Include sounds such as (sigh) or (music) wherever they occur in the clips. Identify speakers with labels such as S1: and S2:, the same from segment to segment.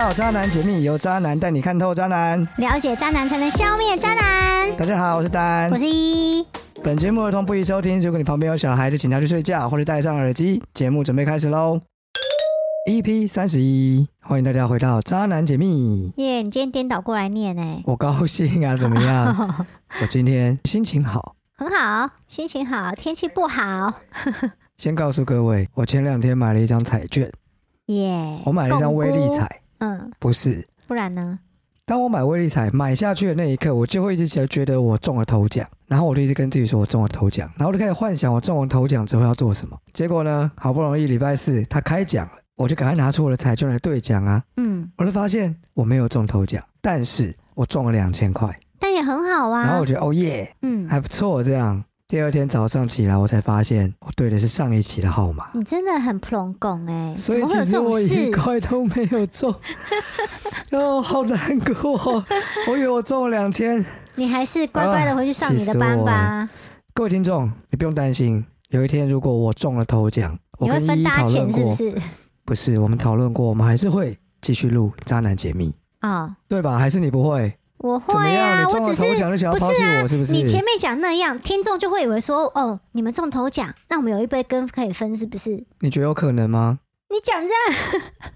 S1: 好，渣男解密由渣男带你看透渣男。
S2: 了解渣男才能消灭渣男。
S1: 大家好，我是丹
S2: 我。是一，
S1: 本节目儿童不宜收听，如果你旁边有小孩，就请他去睡觉或者戴上耳机。节目准备开始喽！EP 三十一，欢迎大家回到《渣男解密》。
S2: 耶、你今天颠倒过来念哎、
S1: 我高兴啊，怎么样？
S2: (laughs)
S1: 我今天心情好。
S2: 很好，心情好，天气不好，
S1: 先告诉各位，我前两天买了一张彩券，
S2: 耶、
S1: 我买了一张威力
S2: 共估，
S1: 彩，
S2: 嗯，
S1: 不是。
S2: 不然呢？
S1: 当我买威力彩买下去的那一刻，我就会一直觉觉得我中了头奖，然后我就一直跟自己说我中了头奖，然后我就开始幻想我中了头奖之后要做什么。结果呢，好不容易礼拜四它开奖了，我就赶快拿出我的彩券来兑奖啊，
S2: 嗯，
S1: 我就发现我没有中头奖，但是我中了两千块，
S2: 但也很好
S1: 然后
S2: 啊
S1: 我，觉得哦耶，
S2: 嗯，
S1: 还不错这样。第二天早上起来，我才发现我对的是上一期的号码，
S2: 你真的很普拱哎，
S1: 所以
S2: 怎么
S1: 其
S2: 会有这
S1: 实
S2: 种
S1: 我一
S2: 事？
S1: 块都没有中，哦，好难过哦，我以为我中了两千。
S2: 你还是乖乖的回去上你的班
S1: 啊
S2: 吧，
S1: 各位听众，你不用担心，有一天如果我中了头奖，我
S2: 你会
S1: 跟依
S2: 分
S1: 依
S2: 大
S1: 讨
S2: 家
S1: 论
S2: 钱是
S1: 过，
S2: 不是？
S1: 不是我们讨论过，我们还是会继续录《渣男解密》，
S2: 哦，
S1: 对吧？还是你不会？
S2: 我
S1: 怎么
S2: 会
S1: 样？
S2: 啊，
S1: 你
S2: 我
S1: 中了
S2: 只
S1: 头
S2: 是
S1: 奖就想要
S2: 不是
S1: 抛弃我，是不是？
S2: 你前面讲那样，听众就会以为说，哦，你们中头奖，那我们有一杯羹可以分，是不是？
S1: 你觉得有可能吗？
S2: 你讲这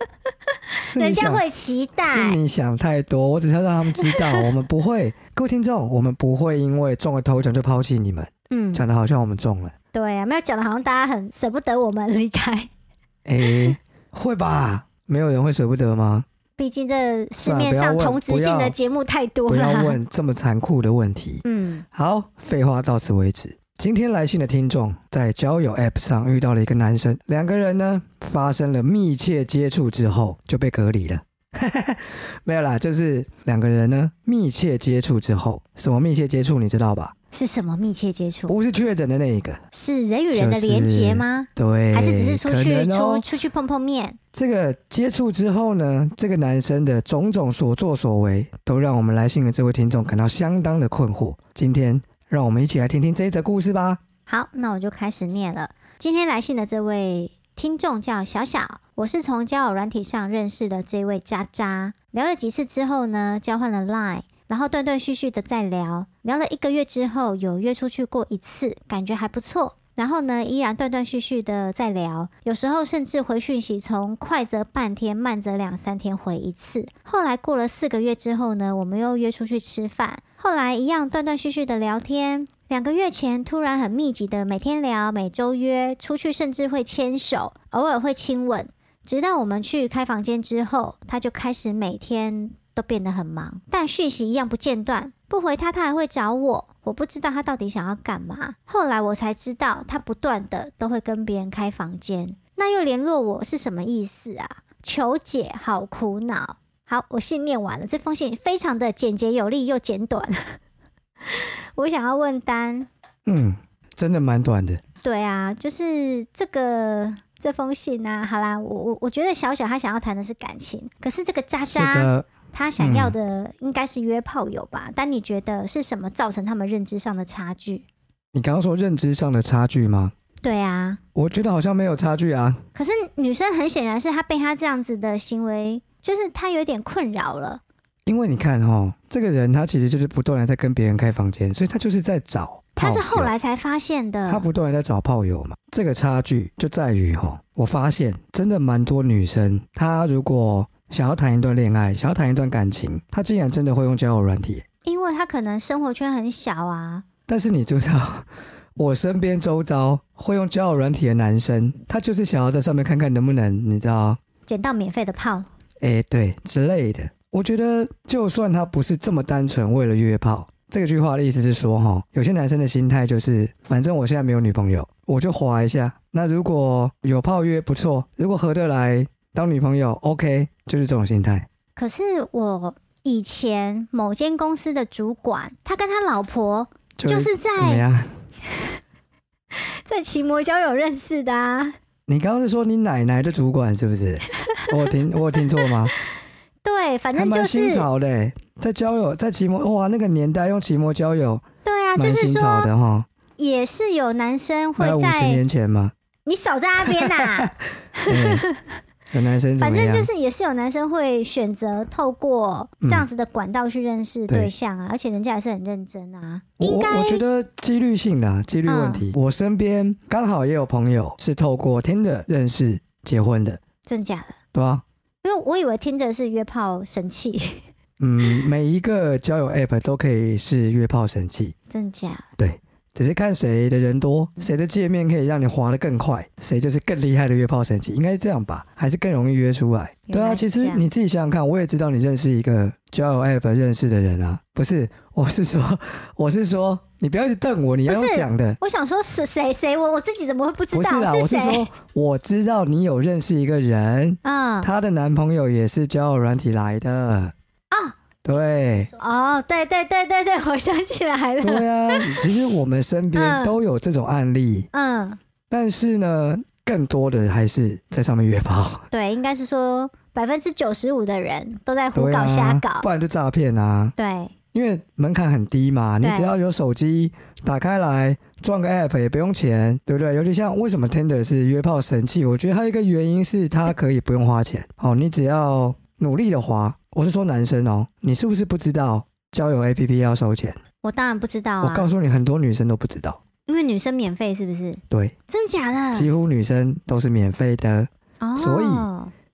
S1: 是
S2: 样，
S1: 你
S2: 人家
S1: 想，
S2: 会期待。
S1: 是你想太多。我只是要让他们知道，我们不会。各位听众，我们不会因为中了头奖就抛弃你们，
S2: 嗯，
S1: 讲的好像我们中了，
S2: 对啊，没有讲的好像大家很舍不得我们离开， (laughs)
S1: 诶、会吧？没有人会舍不得
S2: (laughs)
S1: 吗？
S2: 毕竟这市
S1: 算了
S2: 面
S1: 啊不要
S2: 上
S1: 问
S2: 同质
S1: 不
S2: 性
S1: 要
S2: 的节目太多
S1: 不要
S2: 了。
S1: 问这么残酷的问题。
S2: (laughs) 嗯，
S1: 好，废话到此为止。今天来信的听众在交友 App 上遇到了一个男生，两个人呢发生了密切接触之后就被隔离了。 (laughs) 没有啦，就是两个人呢密切接触之后，什么密切接触你知道吧？
S2: 是什么密切接触？
S1: 不是确诊的那一个，
S2: 是人与人的连结吗？
S1: 对，
S2: 还是只是出去
S1: 哎可能
S2: 出
S1: 哦
S2: 出去碰碰面？
S1: 这个接触之后呢，这个男生的种种所作所为，都让我们来信的这位听众感到相当的困惑。今天让我们一起来听听这一则故事吧。
S2: 好，那我就开始念了。今天来信的这位听众叫小小，我是从交友软体上认识的这位渣渣。聊了几次之后呢，交换了 Line，然后断断续续的在聊，聊了一个月之后，有约出去过一次，感觉还不错。然后呢，依然断断续续的在聊，有时候甚至回讯息，从快则半天，慢则两三天回一次。后来过了四个月之后呢，我们又约出去吃饭，后来一样断断续续的聊天，两个月前突然很密集的每天聊，每周约出去，甚至会牵手，偶尔会亲吻。直到我们去开房间之后，他就开始每天都变得很忙，但讯息一样不间断。不回他，他还会找我。我不知道他到底想要干嘛。后来我才知道，他不断的都会跟别人开房间，那又联络我是什么意思啊？求解，好苦恼。好，我信念完了，这封信非常的简洁有力又简短。 (laughs) 我想要问丹，
S1: 嗯，真的蛮短的。
S2: 对啊，就是这个这封信啊，好啦，我我我觉得小小他想要谈的是感情，可是这个渣
S1: 是
S2: 渣
S1: 的，
S2: 他想
S1: 嗯
S2: 要的应该是约炮友吧？但你觉得是什么造成他们认知上的差距？
S1: 你刚刚说认知上的差距吗？
S2: 对啊，
S1: 我觉得好像没有差距啊。
S2: 可是女生很显然是她被他这样子的行为，就是她有点困扰了。
S1: 因为你看哦，这个人他其实就是不断的在跟别人开房间，所以他就是在找炮
S2: 她
S1: 友。
S2: 是后来才发现
S1: 他
S2: 的，
S1: 不断的在找炮友嘛。这个差距就在于哦，我发现真的蛮多女生，她如果想要谈一段恋爱，想要谈一段感情，她竟然真的会用交友软体。
S2: 因为她可能生活圈很小啊。
S1: 但是你知道，我身边周遭会用交友软体的男生，他就是想要在上面看看能不能，你知道，
S2: 捡到免费的炮，
S1: 哎，对之类的。我觉得，就算他不是这么单纯为了约炮，这个句话的意思是说，哈，有些男生的心态就是，反正我现在没有女朋友，我就滑一下。那如果有炮约不错，如果合得来当女朋友，OK，就是这种心态。
S2: 可是我以前某间公司的主管，他跟他老婆就
S1: 就是
S2: 是
S1: 怎么
S2: 在
S1: 样？
S2: 在奇摩交友认识的啊。
S1: 你刚刚是说你奶奶的主管是不是？我有听我有听错吗？
S2: 对，反
S1: 还
S2: 正就
S1: 蛮
S2: 是
S1: 新潮的欸，在交友，在奇摩，哇，那个年代用奇摩交友，
S2: 对啊，就
S1: 蛮
S2: 是
S1: 新潮
S2: 说
S1: 的哈，
S2: 也是有男生
S1: 大概
S2: 会
S1: 五十 (laughs)
S2: 在
S1: 年前嘛。
S2: 你少在那边呐、
S1: 嗯有男生怎
S2: 反
S1: 么
S2: 正
S1: 样？
S2: 就是也是有男生会选择透过这样子的管道去认识对象啊，而且人家也是很认真啊，
S1: 嗯我
S2: 应该嗯
S1: 我觉得几率性的啊几率问题，我身边刚好也有朋友是透过 Tinder 认识结婚的，
S2: 真假的？
S1: 对吧、
S2: 因为我以为听着是约炮神器，
S1: 嗯，每一个交友 App 都可以是约炮神器，
S2: (laughs) 真假？
S1: 只是看谁的人多，谁的界面可以让你滑得更快，谁就是更厉害的约炮神器，应该是这样吧？还是更容易约出来？
S2: 原
S1: 对
S2: 来
S1: 啊，
S2: 是
S1: 其
S2: 这
S1: 实
S2: 样
S1: 你自己想想看，我也知道你认识一个交友 App 认识的人啊，不是？我是说，我是说，你不要去瞪我，你要
S2: 不
S1: 用
S2: 是
S1: 讲的，
S2: 我想说是谁谁我我自己怎么会不知
S1: 不是
S2: 道
S1: 啦，我是
S2: 谁
S1: 说？，我知道你有认识一个人，
S2: 嗯，
S1: 她的男朋友也是交友软体来的啊。对
S2: 哦，对对对对对，我想起来了，
S1: 对啊，其实我们身边
S2: 嗯
S1: 都有这种案例，
S2: (laughs) 嗯，
S1: 但是呢，更多的还是在上面约炮，
S2: 对，应该是说百分之九十五的人都在胡
S1: 对
S2: 搞瞎
S1: 啊，
S2: 搞
S1: 不，然就诈骗啊。
S2: 对
S1: 因为门槛很低嘛，你
S2: 对
S1: 只要有手机打开来装个 app 也不用钱，对不对？尤其像为什么 Tinder 是约炮神器，我觉得还有一个原因是它可以不用花钱哦，你只要努力的花。我是说男生哦，你是不是不知道交友 app 要收钱？
S2: 我当然不知道
S1: 我
S2: 啊，
S1: 告诉你，很多女生都不知道，
S2: 因为女生免费是不是？
S1: 对，
S2: 真假的？
S1: 几乎女生都是免费的。
S2: 哦，
S1: 所以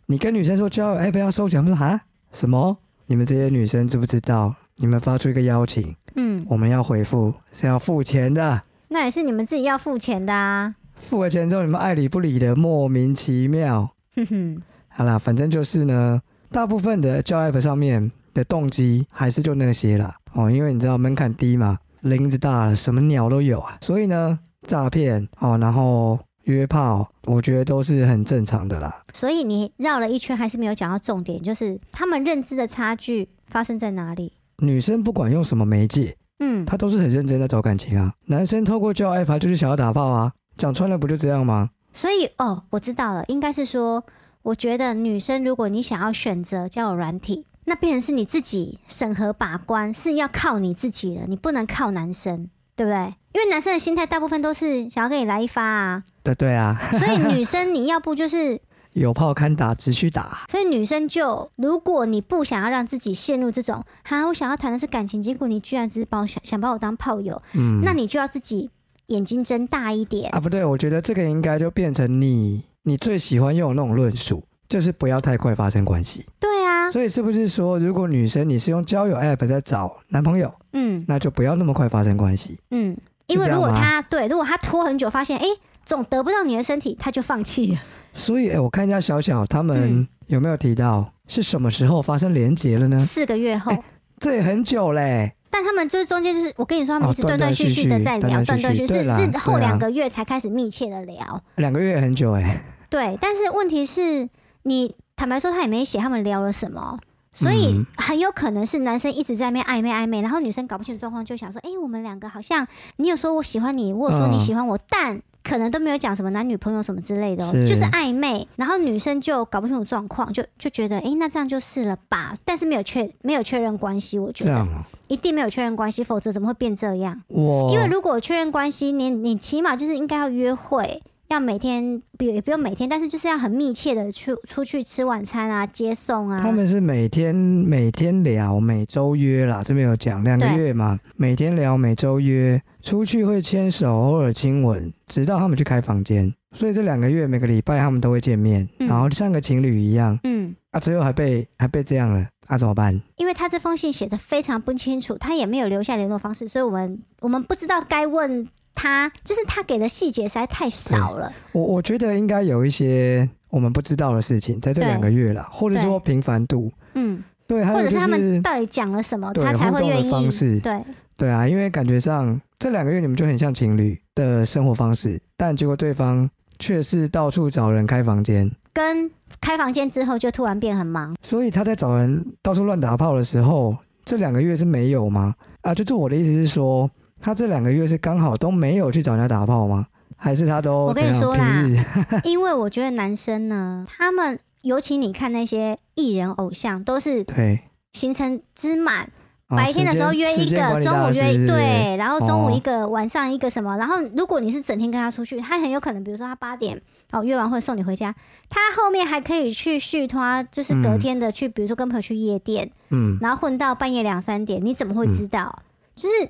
S1: 你跟女生说交友 app 要收钱，她们说啊什么？你们这些女生知不知道？你们发出一个邀请，
S2: 嗯，
S1: 我们要回复是要付钱的。
S2: 那也是你们自己要付钱的啊， (laughs)
S1: 付了钱之后，你们爱理不理的，莫名其妙。
S2: 哼哼，
S1: 好啦，反正就是呢，大部分的教 app 上面的动机还是就那些啦。哦，因为你知道门槛低嘛，林子大了，什么鸟都有啊。所以呢，诈骗哦，然后约炮，我觉得都是很正常的啦。
S2: 所以你绕了一圈还是没有讲到重点，就是他们认知的差距发生在哪里？
S1: 女生不管用什么媒介，
S2: 嗯，
S1: 她都是很认真在找感情啊。男生透过交友 app 就是想要打炮啊，讲穿了不就这样吗？
S2: 所以哦，我知道了，应该是说，我觉得女生如果你想要选择交友软体，那变成是你自己审核把关，是要靠你自己的，你不能靠男生，对不对？因为男生的心态大部分都是想要跟你来一发啊，
S1: 对对啊，
S2: 所以女生你要不就是，
S1: 有炮看打，只需打。
S2: 所以女生就，如果你不想要让自己陷入这种，哈，我想要谈的是感情，结果你居然只是把我想想把我当炮友，
S1: 嗯，
S2: 那你就要自己眼睛睁大一点，
S1: 啊，不对，我觉得这个应该就变成你你最喜欢用的那种论述，就是不要太快发生关系。
S2: 对啊，
S1: 所以是不是说，如果女生你是用交友 app 在找男朋友，
S2: 嗯。
S1: 那就不要那么快发生关系？
S2: 嗯，因
S1: 是
S2: 为
S1: 这样
S2: 如果
S1: 吗
S2: 他对，如果他拖很久，发现哎、诶总得不到你的身体，他就放弃了。
S1: 所以，哎，我看一下小小他们
S2: 嗯
S1: 有没有提到是什么时候发生连结了呢？
S2: 四个月后，
S1: 这也很久嘞，
S2: 但他们就是中间就是，我跟你说，他们
S1: 哦
S2: 一直断断续续的在聊，
S1: 断断
S2: 断断
S1: 续续
S2: 续续
S1: 对啦
S2: 是
S1: 对啊
S2: 后
S1: 啦
S2: 两个月才开始密切的聊。
S1: 两个月很久哎。
S2: 对，但是问题是你坦白说，他也没写他们聊了什么。所以
S1: 嗯
S2: 很有可能是男生一直在那边暧昧暧昧，然后女生搞不清楚状况，就想说：“哎、我们两个好像你有说我喜欢你，我有说你
S1: 嗯
S2: 喜欢我，但可能都没有讲什么男女朋友什么之类的、哦，
S1: 是
S2: 就是暧昧。”然后女生就搞不清楚状况，就就觉得：“哎、那这样就是了吧？”但是没有确没有确认关系，我觉
S1: 这
S2: 得
S1: 样哦，
S2: 一定没有确认关系，否则怎么会变这样？
S1: 我
S2: 因为如果确认关系，你你起码就是应该要约会，要每天，不也不用每天，但是就是要很密切的出出去吃晚餐啊，接送啊。
S1: 他们是每天每天聊，每周约啦，这边有讲两个
S2: 对
S1: 月嘛，每天聊，每周约，出去会牵手，偶尔亲吻，直到他们去开房间。所以这两个月每个礼拜他们都会见面，
S2: 嗯
S1: 然后像个情侣一样
S2: 嗯，
S1: 啊，最后还被还被这样了啊，怎么办？
S2: 因为他这封信写的非常不清楚，他也没有留下联络方式，所以我们我们不知道该问他，就是他给的细节实在太少了。
S1: 我我觉得应该有一些我们不知道的事情，在这
S2: 对
S1: 两个月啦，或者说频繁度，
S2: 嗯，
S1: 对，还
S2: 或
S1: 有
S2: 者
S1: 就是
S2: 他们到底讲了什么，
S1: 对
S2: 他才会愿
S1: 互动的方式
S2: 意。对，
S1: 对啊，因为感觉上这两个月你们就很像情侣的生活方式，但结果对方却是到处找人开房间。
S2: 跟开房间之后就突然变
S1: (laughs)
S2: 很忙。
S1: 所以他在找人到处乱打炮的时候，这两个月是没有吗？啊，就是我的意思是说，他这两个月是刚好都没有去找人家打炮吗？还是他都
S2: 我跟你
S1: 怎样
S2: 说啦
S1: 平日
S2: 因为我觉得男生呢，他们尤其你看那些艺人偶像，都是 (laughs)
S1: 对，
S2: 行程之满，
S1: 啊
S2: 白天的时候约一个，中午约
S1: 时间时间管
S2: 一，
S1: 理大师是不是
S2: 对，然后中
S1: 哦
S2: 午一个，晚上一个什么，然后如果你是整天跟他出去，他很有可能，比如说他八点哦，约完会送你回家，他后面还可以去续拖，就是隔天的去，比如说跟朋友去夜店，
S1: 嗯，
S2: 然后混到半夜两三点，你怎么会知道？就是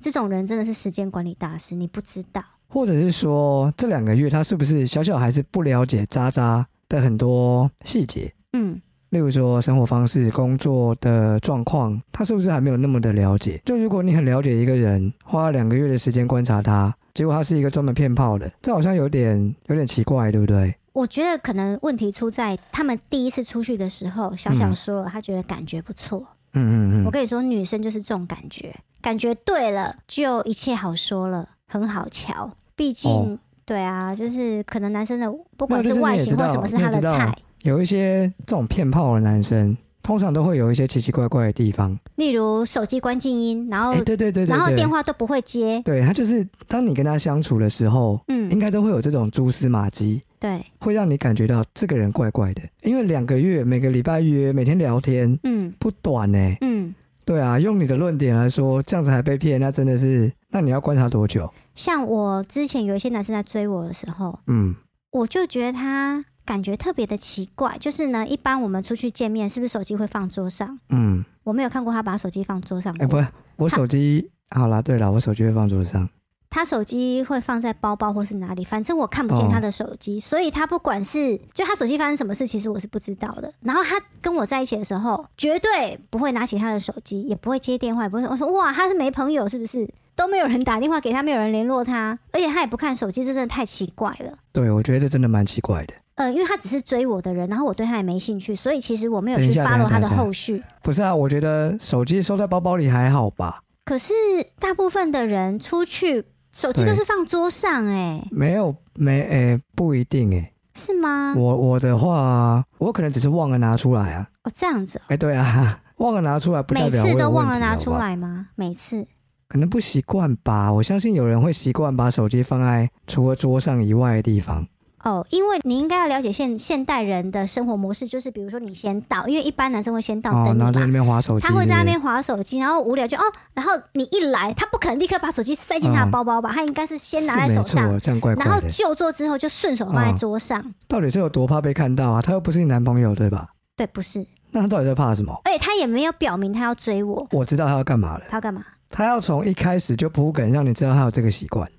S2: 这种人真的是时间管理大师，你不知道。
S1: 或者是说这两个月他是不是小小还是不了解渣渣的很多细节，
S2: 嗯，
S1: 例如说生活方式、工作的状况，他是不是还没有那么的了解？就如果你很了解一个人，花了两个月的时间观察他，结果他是一个专门骗炮的，这好像有点有点奇怪，对不对？
S2: 我觉得可能问题出在他们第一次出去的时候，小小
S1: 嗯
S2: 说了，他觉得感觉不错，
S1: 嗯嗯嗯，
S2: 我跟你说，女生就是这种感觉，感觉对了，就一切好说了，很好瞧。毕竟，
S1: 哦
S2: 对啊，就是可能男生的不
S1: 那
S2: 管
S1: 就是是
S2: 外
S1: 你也
S2: 形
S1: 知
S2: 或
S1: 道
S2: 什么是他的
S1: 你也知道
S2: 菜，
S1: 有一些这种骗炮的男生，通常都会有一些奇奇怪怪的地方。
S2: 例如手机关静音，然后、
S1: 哎、对对对对对，
S2: 哦然后电话都不会接，
S1: 对他就是当你跟他相处的时候，应
S2: 嗯，
S1: 该都会有这种蛛丝马迹，
S2: 对，
S1: 会让你感觉到这个人怪怪的。因为两个月，每个礼拜约，每天聊天
S2: 嗯
S1: 不短欸呢、
S2: 嗯。
S1: 对啊，用你的论点来说，这样子还被骗，那真的是，那你要观察多久？
S2: 像我之前有一些男生在追我的时候，
S1: 嗯，
S2: 我就觉得他感觉特别的奇怪，就是呢，一般我们出去见面，是不是手机会放桌上？
S1: 嗯，
S2: 我没有看过他把手机放桌上过。
S1: 哎、不，我手机好啦，对啦，我手机会放桌上。
S2: 他手机会放在包包或是哪里，反正我看不
S1: 哦
S2: 见他的手机，所以他不管是就他手机发生什么事，其实我是不知道的。然后他跟我在一起的时候，绝对不会拿起他的手机，也不会接电话，也不会说我说哇他是没朋友是不是？都没有人打电话给他，没有人联络他，而且他也不看手机，这真的太奇怪了。
S1: 对，我觉得这真的蛮奇怪的。
S2: 呃，因为他只是追我的人，然后我对他也没兴趣，所以其实我没有
S1: 等
S2: 去
S1: 一下等一
S2: follow
S1: 下
S2: 他的
S1: 等一下
S2: 后续。
S1: 不是啊，我觉得手机收在包包里还好吧？
S2: 可是大部分的人出去，手机都
S1: 对
S2: 是放桌上、哎，
S1: 没有，没，哎、不一定哎、
S2: 是吗？
S1: 我我的话，我可能只是忘了拿出来啊。
S2: 哦，这样子哦
S1: 哎、对啊， (laughs) 忘了拿出来不代
S2: 每
S1: 表我
S2: 次
S1: 有
S2: 都忘
S1: 问题
S2: 了拿
S1: 好不
S2: 出
S1: 好，
S2: 来吗？每次
S1: 可能不习惯吧。我相信有人会习惯把手机放在除了桌上以外的地方。
S2: 哦，因为你应该要了解现现代人的生活模式，就是比如说你先到，因为一般男生会先到
S1: 哦，
S2: 等你
S1: 然后在那
S2: 嘛。
S1: 边划手机，
S2: 他会在那
S1: 是不是
S2: 边划手机，然后无聊就哦，然后你一来，他不可能立刻把手机塞进他的
S1: 嗯
S2: 包包吧？他应该是先拿在
S1: 是
S2: 手
S1: 没
S2: 上，
S1: 错，这样怪
S2: 然
S1: 怪
S2: 后
S1: 的。
S2: 就坐之后就顺手放在
S1: 嗯
S2: 桌上。
S1: 到底是有多怕被看到啊？他又不是你男朋友，对吧？
S2: 对，不是，
S1: 那他到底在怕什么？
S2: 而且他也没有表明他要追我，
S1: 我知道他要干嘛了，
S2: 他要干嘛？
S1: 他要从一开始就铺梗，让你知道他有这个习
S2: (laughs)
S1: 惯。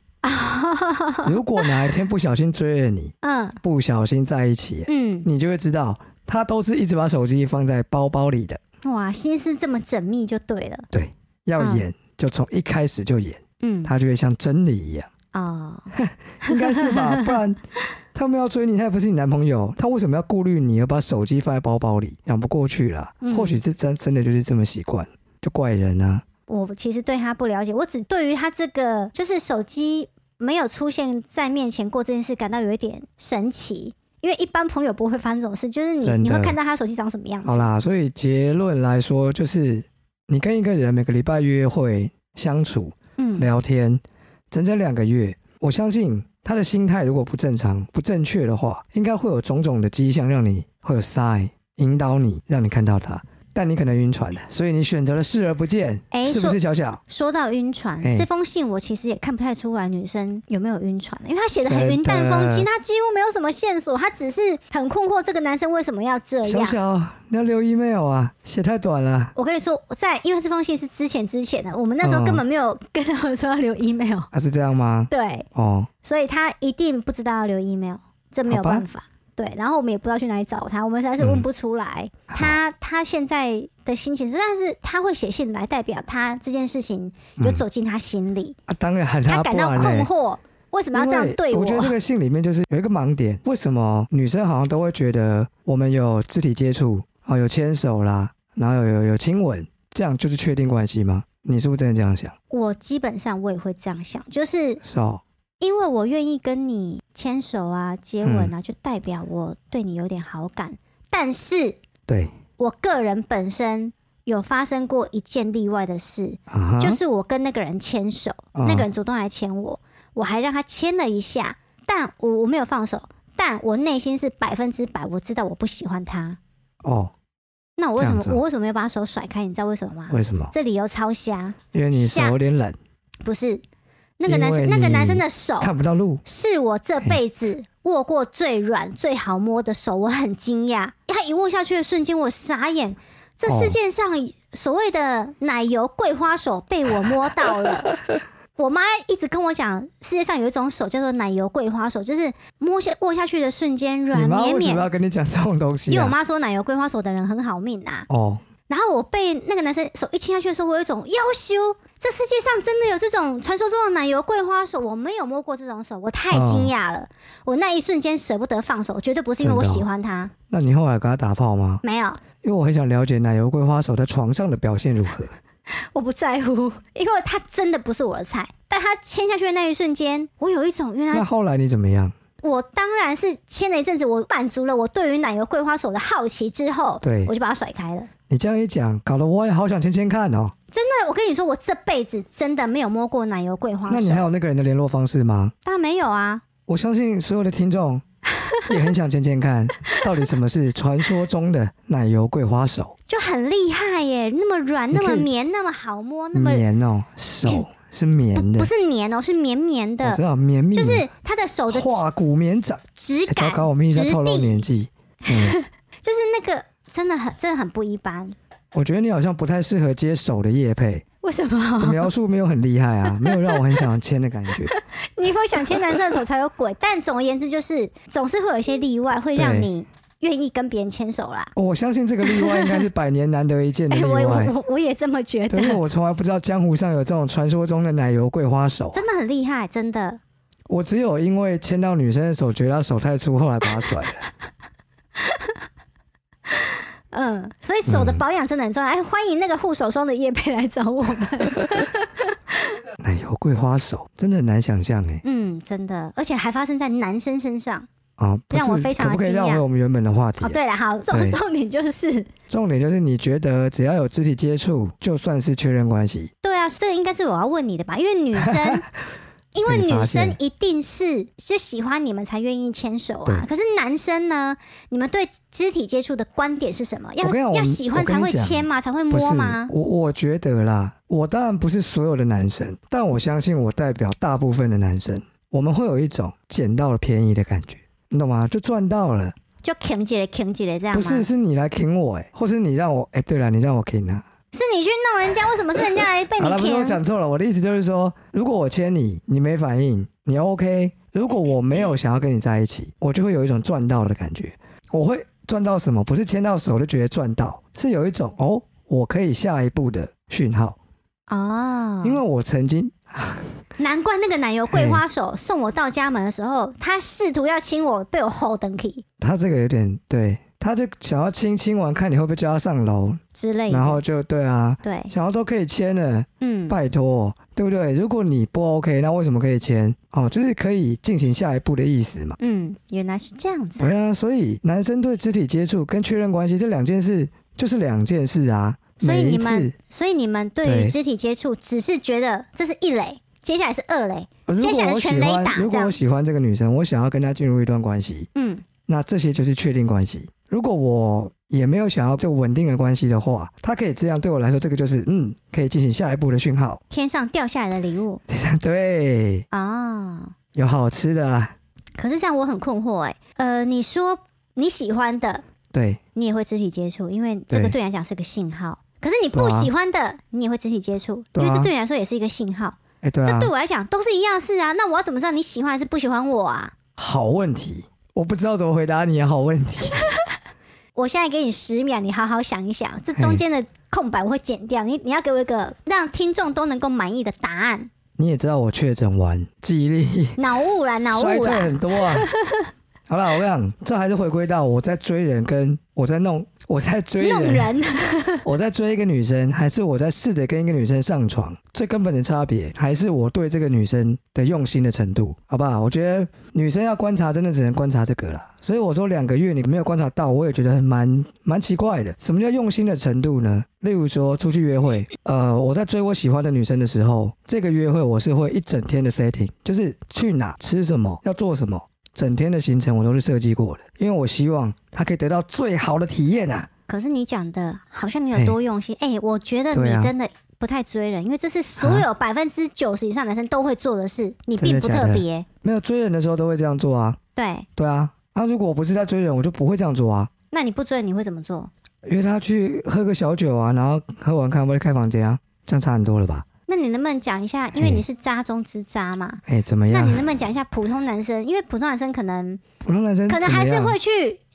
S1: 如果哪一天不小心追了你，
S2: 嗯
S1: 不小心在一起，
S2: 嗯，
S1: 你就会知道他都是一直把手机放在包包里的。
S2: 哇，心思这么缜密就对了。
S1: 对，要演、就从一开始就演，
S2: 嗯，
S1: 他就会像真的一样，
S2: 哦，
S1: 应该是
S2: (laughs)
S1: 吧？不然他们要追你，他也不是你男朋友，他为什么要顾虑你而把手机放在包包里？讲不过去啦。
S2: 嗯
S1: 或许是真真的就是这么习惯，就怪人啊。
S2: 我其实对他不了解，我只对于他这个就是手机没有出现在面前过这件事感到有一点神奇，因为一般朋友不会发生这种事，就是你
S1: 真的
S2: 你会看到他手机长什么样
S1: 好
S2: 子。
S1: 啦，所以结论来说，就是你跟一个人每个礼拜约会、相处、
S2: 嗯，
S1: 聊天，整整两个月，我相信他的心态如果不正常、不正确的话，应该会有种种的迹象，让你会有 sign 引导你，让你看到他。但你可能晕船了，所以你选择了视而不见，
S2: 哎
S1: 是不
S2: 说
S1: 是小小？
S2: 说到晕船，
S1: 哎
S2: 这封信我其实也看不太出来女生有没有晕船，因为她写的很
S1: 真的啊
S2: 云淡风轻，她几乎没有什么线索，她只是很困惑这个男生为什么要这
S1: 小
S2: 样。
S1: 小，你要留 email 啊，写太短了。
S2: 我跟你说，我在因为这封信是之前之前的，我
S1: 嗯
S2: 们那时候根本没有跟他们说要留 email，、 (laughs)
S1: 啊，是这样吗？
S2: 对，
S1: 哦，
S2: 所以他一定不知道要留 email，这没有
S1: 好吧
S2: 办法。对，然后我们也不知道去哪里找他，我们实在是问不出来。
S1: 好
S2: 他他现在的心情是，但是他会写信来，代表他这件事情有走进他心里，
S1: 啊，当然喊
S2: 他
S1: 他
S2: 感
S1: 不
S2: 到
S1: 然
S2: 困
S1: 呢？
S2: 惑，为什么要这样对
S1: 因为我觉得这个信里面就是有一个盲点，为什么女生好像都会觉得我们有肢体接触哦，有牵手啦，然后有有有亲吻，这样就是确定关系吗？你是不是真的这样想？
S2: 我基本上我也会这样想，就是
S1: 是哦，
S2: 因为我愿意跟你牵手啊、接吻啊，就代表我对你有点好感。但是
S1: 对
S2: 我个人本身有发生过一件例外的事，
S1: 啊哈，
S2: 就是我跟那个人牵手，
S1: 嗯
S2: 那个人主动来牵我，我还让他牵了一下，但我我没有放手，但我内心是百分之百我知道我不喜欢他。
S1: 哦，
S2: 那我为什么
S1: 这样子哦
S2: 我为什么没有把手甩开？你知道为什么吗？
S1: 为什么？
S2: 这理由超瞎，
S1: 因为你手有点冷
S2: 不是。那个男
S1: 因
S2: 生
S1: 为
S2: 那
S1: 你
S2: 个男生的手
S1: 看不到路，
S2: 是我这辈子握过最软、最好摸的手，我很惊讶。他一握下去的瞬间，我傻眼。这世界上所谓的奶油桂花手被我摸到
S1: (laughs)
S2: 了。我妈一直跟我讲，世界上有一种手叫做奶油桂花手，就是摸下握下去的瞬间
S1: 你
S2: 软
S1: 妈
S2: 绵
S1: 为什
S2: 绵
S1: 么。要跟你讲这种东西、啊？
S2: 因为我妈说奶油桂花手的人很好命啊。
S1: 哦，
S2: 然后我被那个男生手一亲下去的时候，我有一种要羞，这世界上真的有这种传说中的奶油桂花手，我没有摸过这种手，我太惊讶
S1: 嗯
S2: 了。我那一瞬间舍不得放手，绝对不是因为我喜欢他，
S1: 那你后来跟他打炮吗？
S2: 没有，
S1: 因为我很想了解奶油桂花手在床上的表现如
S2: (laughs)
S1: 何。
S2: 我不在乎，因为他真的不是我的菜。但他牵下去的那一瞬间，我有一种原
S1: 那
S2: 来
S1: 后来你怎么样？
S2: 我当然是牵了一阵子，我满足了我对于奶油桂花手的好奇之后，
S1: 对
S2: 我就把他甩开了。
S1: 你这样一讲，搞得我也好想牵牵看哦。
S2: 那我跟你说，我这辈子真的没有摸过奶油桂花
S1: 那你
S2: 手
S1: 还，有那个人的联络方式吗？
S2: 当然没有啊。
S1: 我相信所有的听
S2: (laughs)
S1: 众也很想牵牵看，到底什么是传说中的奶油桂花手？
S2: 就很厉害耶，那么软，
S1: 你
S2: 那
S1: 可以
S2: 么绵，那么好摸，那么嗯
S1: 棉哦，手是棉的，
S2: 不是黏哦，是绵绵
S1: 我知
S2: 的，
S1: 道绵密，
S2: 就是它的手的
S1: 化骨绵掌。
S2: 质
S1: 欸糟
S2: 感
S1: 糕，我们一直在
S2: 质
S1: 透露
S2: 地，
S1: 年
S2: (laughs)
S1: 纪。嗯，
S2: 就是那个真的很真的很不一般。
S1: 我觉得你好像不太适合接手的叶配，
S2: (laughs) 为什
S1: 你
S2: 么？
S1: 描述没有很厉害啊，没有让我很想牵的感觉。
S2: 你会想牵男生的手才有鬼，但总而言之，就是总是会有一些例外，会让
S1: 对
S2: 你愿意跟别人牵手啦。
S1: 哦我相信这个例外应该是百年难得一见的
S2: (laughs) 哎、
S1: 例
S2: 我我
S1: 外。
S2: 我我也这么觉
S1: 对，因为
S2: 得，
S1: 我从来不知道江湖上有这种传说中的奶油桂花手，啊
S2: 真的很厉害，真的。
S1: 我只有因为牵到女生的手，觉得她手太粗，后来把她甩了。
S2: 嗯，所以手的保养真的很重要。哎，欢迎那个护手霜的叶佩来找我们。
S1: 奶油桂花手真的很难想象哎
S2: 嗯，真的，而且还发生在男生身上。
S1: 啊！不是
S2: 让我非常
S1: 可不可以
S2: 惊讶
S1: 绕回我们原本的话题啊、
S2: 哦，对了，好，重
S1: 对
S2: 重点就是， (laughs)
S1: 重点就是你觉得只要有肢体接触，就算是确认关系，
S2: 对啊，这个应该是我要问你的吧？因为女
S1: (laughs)
S2: 生，因为
S1: 被你
S2: 女
S1: 发
S2: 生
S1: 现
S2: 一定是就喜欢你们才愿意牵手啊。
S1: 对
S2: 可是男生呢，你们对肢体接触的观点是什么？要
S1: 我跟你讲
S2: 要
S1: 我
S2: 喜欢
S1: 我跟
S2: 才
S1: 你
S2: 会
S1: 讲
S2: 牵吗？才会
S1: 不是
S2: 摸吗？
S1: 我我觉得啦，我当然不是所有的男生，但我相信我代表大部分的男生，我们会有一种捡到了便宜的感觉，你懂吗？就赚到了。
S2: 就挺起来，挺起来这样
S1: 不
S2: 吗？
S1: 是，
S2: 是
S1: 是你来挺我哎、或是你让我哎、对了，你让我挺啊。
S2: 你去弄人家，为什么是人家来被
S1: 好
S2: 你
S1: 了，不是我
S2: 挺？啊
S1: 讲错了，我的意思就是说，如果我牵你，你没反应，你 OK；如果我没有想要跟你在一起，我就会有一种赚到的感觉。我会赚到什么？不是牵到手就觉得赚到，是有一种哦，我可以下一步的讯号。
S2: 哦，
S1: 因为我曾经
S2: 难怪那个奶油桂花手送我到家门的时候，他试图要亲我，被我吼等起
S1: 他这个有点对，他就想要亲亲完，看你会不会叫他上楼，
S2: 之类的。
S1: 然后就对啊，
S2: 对，
S1: 想要都可以签了，
S2: 嗯，
S1: 拜托，对不对？如果你不 OK，那为什么可以签？哦，就是可以进行下一步的意思嘛。
S2: 嗯，原来是这样子啊、
S1: 对啊，所以男生对肢体接触跟确认关系这两件事就是两件事啊。
S2: 所以
S1: 每
S2: 你
S1: 一
S2: 们
S1: 次，
S2: 所以你们对于
S1: 对
S2: 肢体接触只是觉得这是一垒，接下来是二垒，
S1: 呃如
S2: 接下来
S1: 果我
S2: 全
S1: 喜
S2: 雷
S1: 欢
S2: 打，
S1: 如
S2: 这
S1: 果
S2: 样
S1: 我喜欢这个女生，我想要跟她进入一段关系，
S2: 嗯，
S1: 那这些就是确定关系。如果我也没有想要就稳定的关系的话，她可以这样对我来说，这个就是嗯，可以进行下一步的讯号。 (laughs)
S2: 天上掉下来的礼物
S1: 对，
S2: 哦。
S1: 有好吃的啦，
S2: 可是这样我很困惑哎、呃，你说你喜欢的，
S1: 对，
S2: 你也会肢体接触，因为这个
S1: 对
S2: 对你来讲是个信号。可是你
S1: 对
S2: 不
S1: 啊
S2: 喜欢的，你也会肢体接触，因
S1: 对
S2: 为这
S1: 啊
S2: 对你来说也是一个信号。
S1: 哎、对
S2: 这
S1: 啊
S2: 对，我来讲都是一样的事啊。那我要怎么知道你喜欢还是不喜欢我啊？
S1: 好问题，我不知道怎么回答你啊，好问 (laughs) 题。
S2: 我现在给你十秒，你好好想一想，这中间的空白我会剪掉。你你要给我一个让听众都能够满意的答案。
S1: 你也知道我确诊完，记忆力
S2: 脑雾啦，
S1: (laughs)
S2: 脑
S1: 衰
S2: 雾
S1: 退
S2: 啦，
S1: 很多啊。好了，我跟你讲，这还是回归到我在追人，跟我在弄，我在追
S2: 弄
S1: 人，
S2: 人。 (laughs)
S1: 我在追一个女生，还是我在试着跟一个女生上床，最根本的差别还是我对这个女生的用心的程度，好不好？我觉得女生要观察，真的只能观察这个啦。所以我说两个月你没有观察到，我也觉得很蛮蛮奇怪的。什么叫用心的程度呢？例如说出去约会，呃，我在追我喜欢的女生的时候，这个约会我是会一整天的 setting，就是去哪、吃什么、要做什么。整天的行程我都是设计过的，因为我希望她可以得到最好的体验啊！
S2: 可是你讲的，好像你有
S1: 嘿
S2: 多用心。哎、我觉得
S1: 对
S2: 你
S1: 啊
S2: 真的不太追人，因为这是所有百分之九十以上男生都会做的事，你
S1: 真的
S2: 并不
S1: 假
S2: 特
S1: 的
S2: 别。
S1: 没有追人的时候都会这样做啊，
S2: 对，
S1: 对啊，啊，如果我不是在追人，我就不会这样做啊，
S2: 那你不追你会怎么做？
S1: 约他去喝个小酒啊，然后喝完看会不会开房间啊，这样差很多了吧？
S2: 那你能不能讲一下？因为
S1: 嘿
S2: 你是渣中之渣嘛，
S1: 哎、怎么
S2: 那
S1: 样
S2: 你？能不能讲一下普通男生？因为普通男生可能
S1: 普通男生
S2: 可能
S1: 怎么
S2: 还是
S1: 样
S2: 会去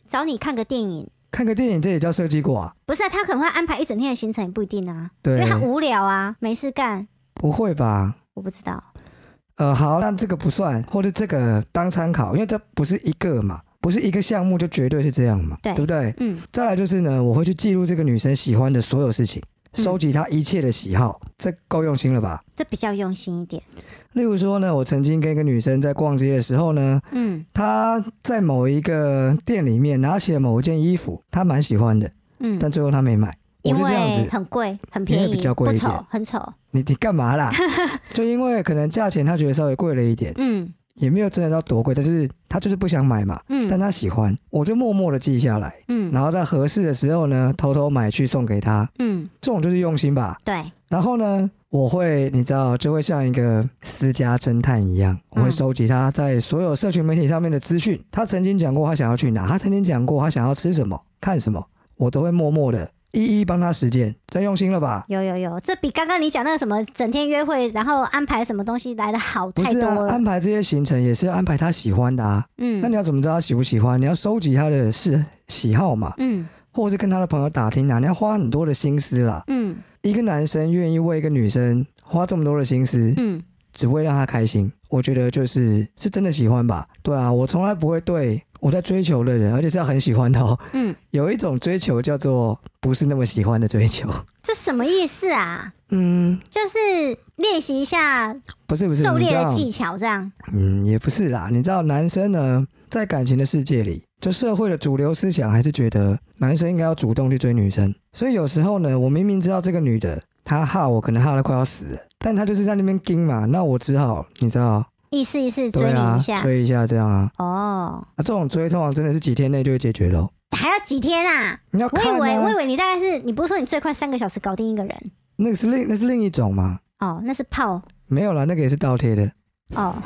S2: 找你看个电影，
S1: 看个电影，这也叫设计过啊？
S2: 不是、啊、他可能会安排一整天的行程，也不一定啊，因
S1: 对
S2: 为，他无聊啊，没事干。
S1: 不会吧？
S2: 我不知道，
S1: 呃，好，那这个不算，或者这个当参考，因为这不是一个嘛，不是一个项目就绝对是这样嘛，
S2: 对
S1: 不对？
S2: 嗯，
S1: 再来就是呢，我会去记录这个女生喜欢的所有事情，
S2: 嗯
S1: 收集她一切的喜好，这够用心了吧？
S2: 这比较用心一点。
S1: 例如说呢，我曾经跟一个女生在逛街的时候呢，
S2: 嗯
S1: 她在某一个店里面拿起了某一件衣服，她蛮喜欢的，
S2: 嗯，
S1: 但最后她没买。我
S2: 因
S1: 就这样
S2: 为
S1: 子，
S2: 很贵，很便
S1: 因为
S2: 宜，
S1: 比较贵
S2: 不
S1: 一点
S2: 丑，很丑。
S1: 你你干
S2: (laughs)
S1: 嘛啦？就因为可能价钱她觉得稍微贵了一点，
S2: 嗯
S1: 也没有真的到多贵，但就是她就是不想买嘛，但
S2: 嗯
S1: 她喜欢，我就默默的记下来，
S2: 嗯
S1: 然后在合适的时候呢，偷偷买去送给她，
S2: 嗯，
S1: 这种就是用心吧。
S2: 对，
S1: 然后呢，我会你知道，就会像一个私家侦探一样，我会
S2: 嗯
S1: 收集他在所有社群媒体上面的资讯。他曾经讲过他想要去哪，他曾经讲过他想要吃什么、看什么，我都会默默的一一帮他实践。这用心了吧？
S2: 有有有，这比刚刚你讲那个什么整天约会，然后安排什么东西来的好
S1: 不
S2: 太
S1: 是
S2: 多
S1: 啊，
S2: 了。
S1: 安排这些行程也是要安排他喜欢的啊。那
S2: 嗯
S1: 你要怎么知道他喜不喜欢？你要收集他的是喜好嘛，
S2: 嗯
S1: 或者是跟他的朋友打听啊，你要花很多的心思啦。
S2: 嗯
S1: 一个男生愿意为一个女生花这么多的心思，
S2: 嗯，
S1: 只为让他开心。我觉得就是是真的喜欢吧。对啊，我从来不会对我在追求的人，而且是要很喜欢的哦。 (laughs)
S2: 嗯，
S1: 有一种追求叫做不是那么喜欢的追求。 (laughs)
S2: 这什么意思啊？
S1: 嗯，
S2: 就是练习一下
S1: 不是不是，
S2: 狩
S1: 你
S2: 猎
S1: 知道
S2: 的，技巧，这样。
S1: 嗯，也不是啦。你知道，男生呢，在感情的世界里，就社会的主流思想还是觉得男生应该要主动去追女生。所以有时候呢，我明明知道这个女的她哈我，可能哈的快要死了，但她就是在那边盯嘛，那我只好你知道，
S2: 意思意思
S1: 对
S2: 追你
S1: 啊
S2: 一下。，
S1: 追一下这样啊。
S2: 哦，
S1: 啊，这种追通常真的是几天内就会解决咯。
S2: 还要几天啊？
S1: 你要
S2: 我
S1: 看、啊，
S2: 以为我以为你大概是你不是说你最快三个小时搞定一个人
S1: 那个是另那是另一种嘛，
S2: 哦，那是泡
S1: 没有啦，那个也是倒贴
S2: (laughs)
S1: 的。
S2: 哦，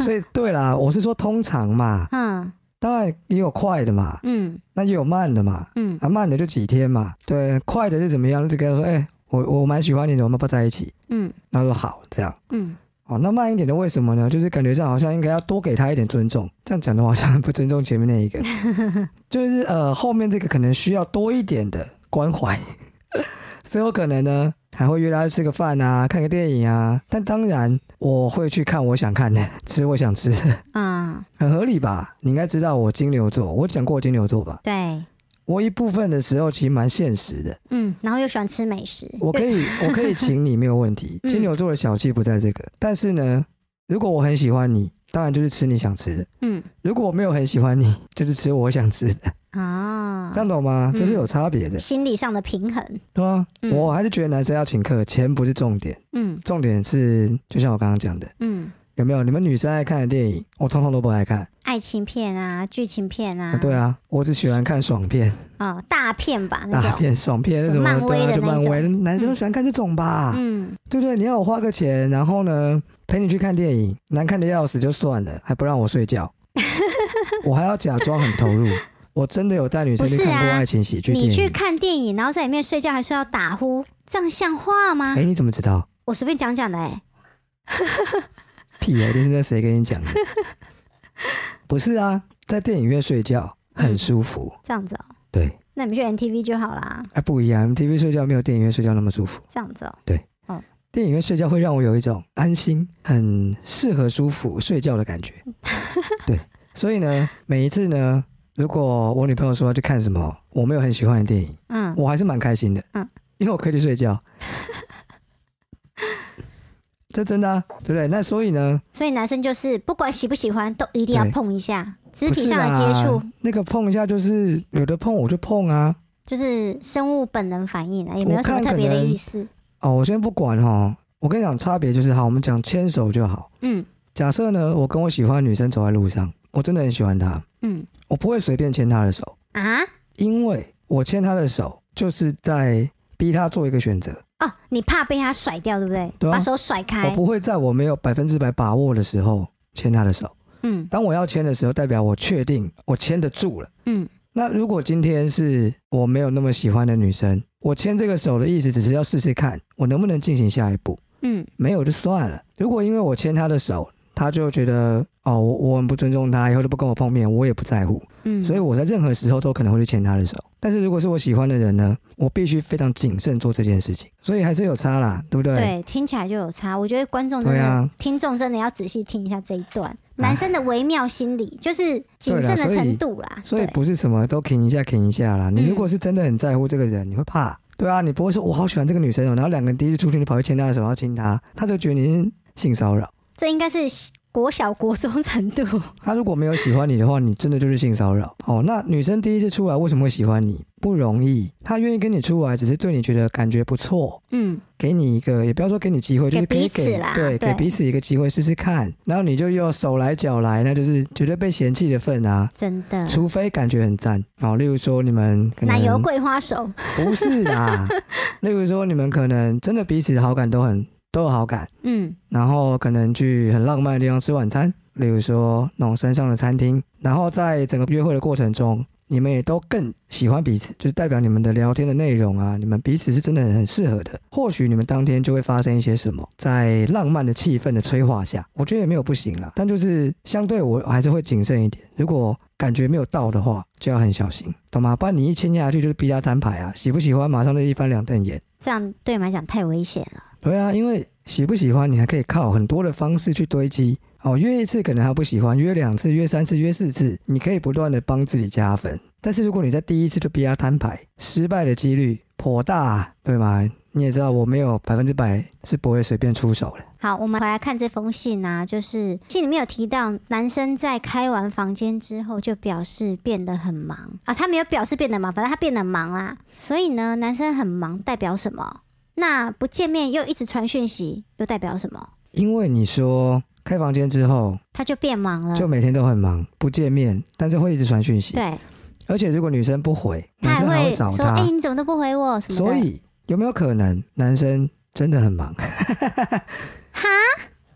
S1: 所以对啦，我是说通常嘛，
S2: 嗯
S1: 当然也有快的嘛，
S2: 嗯
S1: 那也有慢的嘛，
S2: 嗯
S1: 啊慢的就几天嘛，对，快的是怎么样？就跟他说，哎、我我蛮喜欢你的，我们要不要在一起？
S2: 嗯
S1: 他说好，这样。
S2: 嗯，
S1: 哦，那慢一点的为什么呢？就是感觉上好像应该要多给他一点尊重。这样讲的话，好像不尊重前面那一个，就是呃后面这个可能需要多一点的关怀。所以我可能呢还会约他去吃个饭啊，看个电影啊。但当然我会去看我想看的，吃我想吃的，
S2: 啊、
S1: 很合理吧？你应该知道我金牛座，我讲过我金牛座吧？
S2: 对，
S1: 我一部分的时候其实蛮现实的，
S2: 嗯，然后又喜欢吃美食，
S1: 我可以，我可以请你没有问题。
S2: (laughs) 嗯
S1: 金牛座的小气不在这个，但是呢，如果我很喜欢你，当然就是吃你想吃的；
S2: 嗯
S1: 如果我没有很喜欢你，就是吃我想吃的，
S2: 啊
S1: 这，样懂吗？
S2: 嗯
S1: 这是有差别的，
S2: 心理上的平衡，
S1: 对啊，
S2: 嗯
S1: 我还是觉得男生要请客，钱不是重点，
S2: 嗯
S1: 重点是就像我刚刚讲的，
S2: 嗯，
S1: 有没有你们女生爱看的电影，我通通都不爱看。
S2: 爱情片啊，剧情片啊，
S1: 啊对啊，我只喜欢看爽片、
S2: 哦，大片吧那
S1: 大
S2: 种，
S1: 片、爽片
S2: 什
S1: 什么
S2: 么漫
S1: 对
S2: 威
S1: 啊，
S2: 的
S1: 就
S2: 那
S1: 漫
S2: 一
S1: 威，男生
S2: 嗯
S1: 喜欢看这种吧？
S2: 嗯
S1: 对不对？你要我花个钱，然后呢陪你去看电影，难看的要死就算了，还不让我睡
S2: (laughs)
S1: 觉，我还要假装很投入。我真的有带女生去
S2: 不是
S1: 看
S2: 啊
S1: 过爱情喜剧电
S2: 你去
S1: 影。
S2: 看电影，然后在里面睡觉，还说要打呼，这样像话吗？
S1: 哎、你怎么知道？
S2: 我随便讲讲的、欸，
S1: 屁啊！一定是那谁跟你
S2: (laughs)
S1: 讲的？不是啊，在电影院睡觉很舒服。
S2: 这样子哦、
S1: 对，
S2: 那你们去 NTV 就好啦，
S1: 哎、不一样，TV 睡觉没有电影院睡觉那么舒服。
S2: 这样子哦、
S1: 电影院睡觉会让我有一种安心、很适合、舒服睡觉的感
S2: (laughs)
S1: 觉。对，所以呢，每一次呢，如果我女朋友说要去看什么我没有很喜欢的电影，
S2: 嗯，
S1: 我还是蛮开心的，
S2: 嗯
S1: 因为我可以去睡
S2: (laughs)
S1: 觉。这真的、啊，对不对？那所以呢，
S2: 所以男生就是不管喜不喜欢，都一定要
S1: 对
S2: 碰一下肢
S1: 不
S2: 体
S1: 是
S2: 上的接触
S1: 啦，，那个碰一下就是有的碰我就碰啊。
S2: 就是生物本能反应啊，也没
S1: 我
S2: 有什么
S1: 看
S2: 特
S1: 可
S2: 别的
S1: 能
S2: 意思。
S1: 哦，我先不管哦，我跟你讲差别就是好，我们讲牵手就好。
S2: 嗯
S1: 假设呢，我跟我喜欢的女生走在路上，我真的很喜欢她，
S2: 嗯
S1: 我不会随便牵她的手，
S2: 啊
S1: 因为我牵她的手就是在逼她做一个选择。
S2: 哦，你怕被他甩掉，对不对？
S1: 对啊
S2: 把手甩开
S1: 我，不会在我没有百分之百把握的时候牵他的手。
S2: 嗯
S1: 当我要牵的时候，代表我确定我牵得住了。
S2: 嗯
S1: 那如果今天是我没有那么喜欢的女生，我牵这个手的意思只是要试试看我能不能进行下一步，
S2: 嗯
S1: 没有就算了。如果因为我牵她的手，她就觉得哦我我很不尊重她，以后都不跟我碰面，我也不在乎，
S2: 嗯，
S1: 所以我在任何时候都可能会去牵她的手。但是如果是我喜欢的人呢，我必须非常谨慎做这件事情，所以还是有差啦，对不对？
S2: 对，听起来就有差。我觉得观众真
S1: 对
S2: 的、
S1: 啊
S2: 听众真的要仔细听一下这一段，男生的微妙心理就是谨慎的程度啦。
S1: 所以
S2: 对嗯
S1: 不是什么都停一下停一下啦。你如果是真的很在乎这个人，你会怕，对啊，你不会说我好喜欢这个女生哦，然后两个人第一次出去，你跑去牵她的手，然后亲她，她就觉得你是性骚扰。
S2: 这应该是国小国中程度。
S1: 她如果没有喜欢你的话，你真的就是性骚扰。哦，那女生第一次出来为什么会喜欢你？不容易，她愿意跟你出来，只是对你觉得感觉不错。
S2: 嗯，
S1: 给你一个，也不要说给你机会，就是可以
S2: 给彼此
S1: 给
S2: 啦
S1: 对，
S2: 对
S1: 给彼此一个机会试试看，然后你就又手来脚来，那就是绝对被嫌弃的份啊。
S2: 真的。
S1: 除非感觉很赞哦，例如说你们可能
S2: 嗯奶油桂花手，
S1: 不是
S2: (laughs)
S1: 啦，例如说你们可能真的彼此好感都很都有好感，
S2: 嗯
S1: 然后可能去很浪漫的地方吃晚餐，例如说那种山上的餐厅，然后在整个约会的过程中，你们也都更喜欢彼此，就是代表你们的聊天的内容啊，你们彼此是真的很适合的。或许你们当天就会发生一些什么，在浪漫的气氛的催化下，我觉得也没有不行啦，但就是相对我还是会谨慎一点，如果。感觉没有到的话，就要很小心，懂吗？不然你一签下去就是逼他摊牌啊，喜不喜欢马上就一翻两瞪眼。
S2: 这样对你们来讲太危险了。
S1: 对啊，因为喜不喜欢，你还可以靠很多的方式去堆积。哦，约一次可能还不喜欢，约两次、约三次、约四次，你可以不断的帮自己加分。但是如果你在第一次就逼他摊牌，失败的几率颇大，对吗？你也知道，我没有百分之百是不会随便出手的。
S2: 好，我们回来看这封信啊，就是信里面有提到，男生在开完房间之后就表示变得很忙啊，他没有表示变得忙，反正他变得忙啦。所以呢，男生很忙代表什么？那不见面又一直传讯息，又代表什么？
S1: 因为你说开房间之后
S2: 他就变忙了。
S1: 就每天都很忙，不见面，但是会一直传讯息。
S2: 对，
S1: 而且如果女生不回，
S2: 他
S1: 男生还
S2: 还
S1: 会
S2: 会
S1: 找
S2: 说：“
S1: 她。
S2: 哎、你怎么都不回我？”什么的。
S1: 所以有没有可能男生真的很忙？
S2: 哈？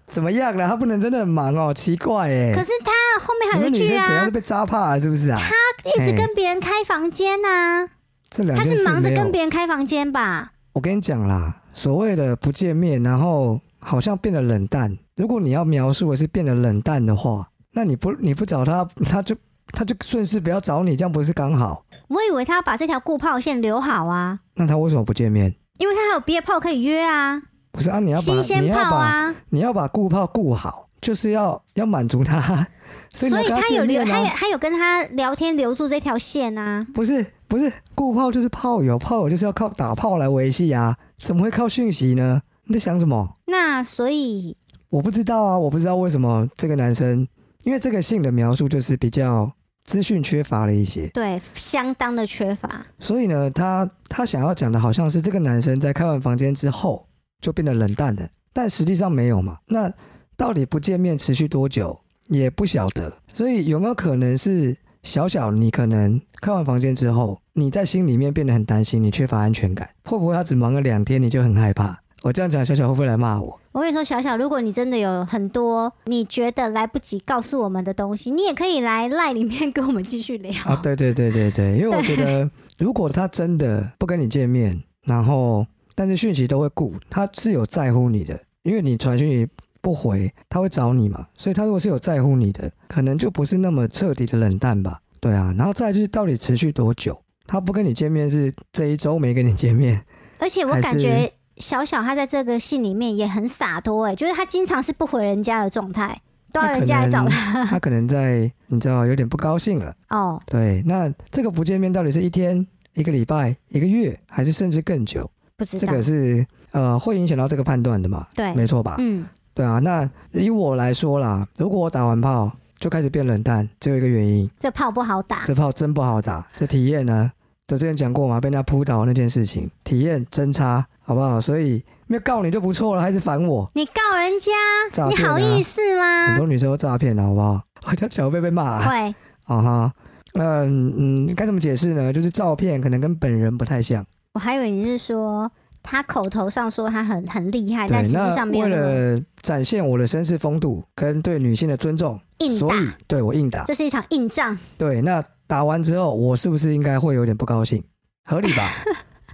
S1: 怎么样了？他不能真的很忙哦，奇怪哎。
S2: 可是他后面
S1: 你
S2: 还有
S1: 们女
S2: 一句
S1: 生怎样
S2: 啊
S1: 都，被扎怕了，是不是啊？
S2: 一直
S1: 嘿
S2: 跟别人开房间呐、
S1: 这两
S2: 他
S1: 件
S2: 是
S1: 事
S2: 忙着
S1: 没
S2: 跟
S1: 有。
S2: 别人开房间吧？
S1: 我跟你讲啦，所谓的不见面，然后好像变得冷淡。如果你要描述的是变得冷淡的话，那你不你不找他，他就他就顺势不要找你，这样不是刚好？
S2: 我以为他要把这条固炮线留好啊，
S1: 那他为什么不见面？
S2: 因为他还有别的炮可以约啊，
S1: 不是啊，你要把
S2: 新
S1: 你
S2: 鲜
S1: 要
S2: 炮
S1: 把
S2: 啊，
S1: 你要把顾泡顾好，就是要要满足
S2: (laughs)
S1: 他，所以你
S2: 所
S1: 要
S2: 以
S1: 跟
S2: 他有
S1: 见
S2: 留，
S1: 面
S2: 他有
S1: 啊。
S2: 他有跟他聊天留住这条线啊。
S1: 不是不是，顾炮就是炮友，炮友就是要靠打炮来维系啊，怎么会靠讯息呢？你在想什么？
S2: 那所以
S1: 我不知道啊，我不知道为什么这个男生，因为这个性的描述就是比较资讯缺乏了一些，
S2: 对相当的缺乏，
S1: 所以呢，他他想要讲的好像是这个男生在开完房间之后就变得冷淡了，但实际上没有嘛。那到底不见面持续多久也不晓得，所以有没有可能是小小你可能开完房间之后，你在心里面变得很担心，你缺乏安全感，会不会他只忙了两天你就很害怕？我这样讲，小小会不会来骂我？
S2: 我跟你说，小小，如果你真的有很多你觉得来不及告诉我们的东西，你也可以来赖里面跟我们继续聊。
S1: 啊，对对对对对，因为我觉得 (laughs) 如果他真的不跟你见面，然后但是讯息都会顾，他是有在乎你的，因为你传讯息不回，他会找你嘛，所以他如果是有在乎你的，可能就不是那么彻底的冷淡吧。对啊，然后再来就是到底持续多久？他不跟你见面是这一周没跟你见 (laughs) 面，
S2: 而且我
S1: 还
S2: 感
S1: 是
S2: 觉小小他在这个信里面也很洒脱哎、就是他经常是不回人家的状态，都要
S1: 那可
S2: 人家来找
S1: 能 (laughs)
S2: 他
S1: 他可能在你知道有点不高兴了。
S2: 哦。
S1: 对，那这个不见面到底是一天、一个礼拜、一个月，还是甚至更久？
S2: 不知
S1: 这
S2: 道，
S1: 个是呃会影响到这个判断的嘛？
S2: 对，
S1: 没错吧？
S2: 嗯，
S1: 对啊，那以我来说啦，如果我打完炮就开始变冷淡，只有一个原因，
S2: 这炮不好打，
S1: 这炮真不好打。这体验呢，我之前讲过嘛，被人家扑倒那件事情，体验真差，好不好？所以没有告你就不错了，还是烦我
S2: 你告人家，
S1: 诈
S2: 啊你
S1: 骗啊
S2: 好？意思
S1: 很
S2: 吗？
S1: 多女生都诈骗了，好不好？ (laughs) 我叫小贝被骂、啊，
S2: 会，
S1: 啊哈。嗯嗯，该怎么解释呢？就是照片可能跟本人不太像，
S2: 我还以为你是说他口头上说他很很厉害，
S1: 对
S2: 但，实际
S1: 那
S2: 上没有
S1: 为
S2: 哎那么
S1: 了展现我的绅士风度跟对女性的尊重，
S2: 硬
S1: 所以
S2: 打。
S1: 对我硬打。
S2: 这是一场硬仗，
S1: 对，那打完之后，我是不是应该会有点不高兴？合理
S2: (laughs)
S1: 吧？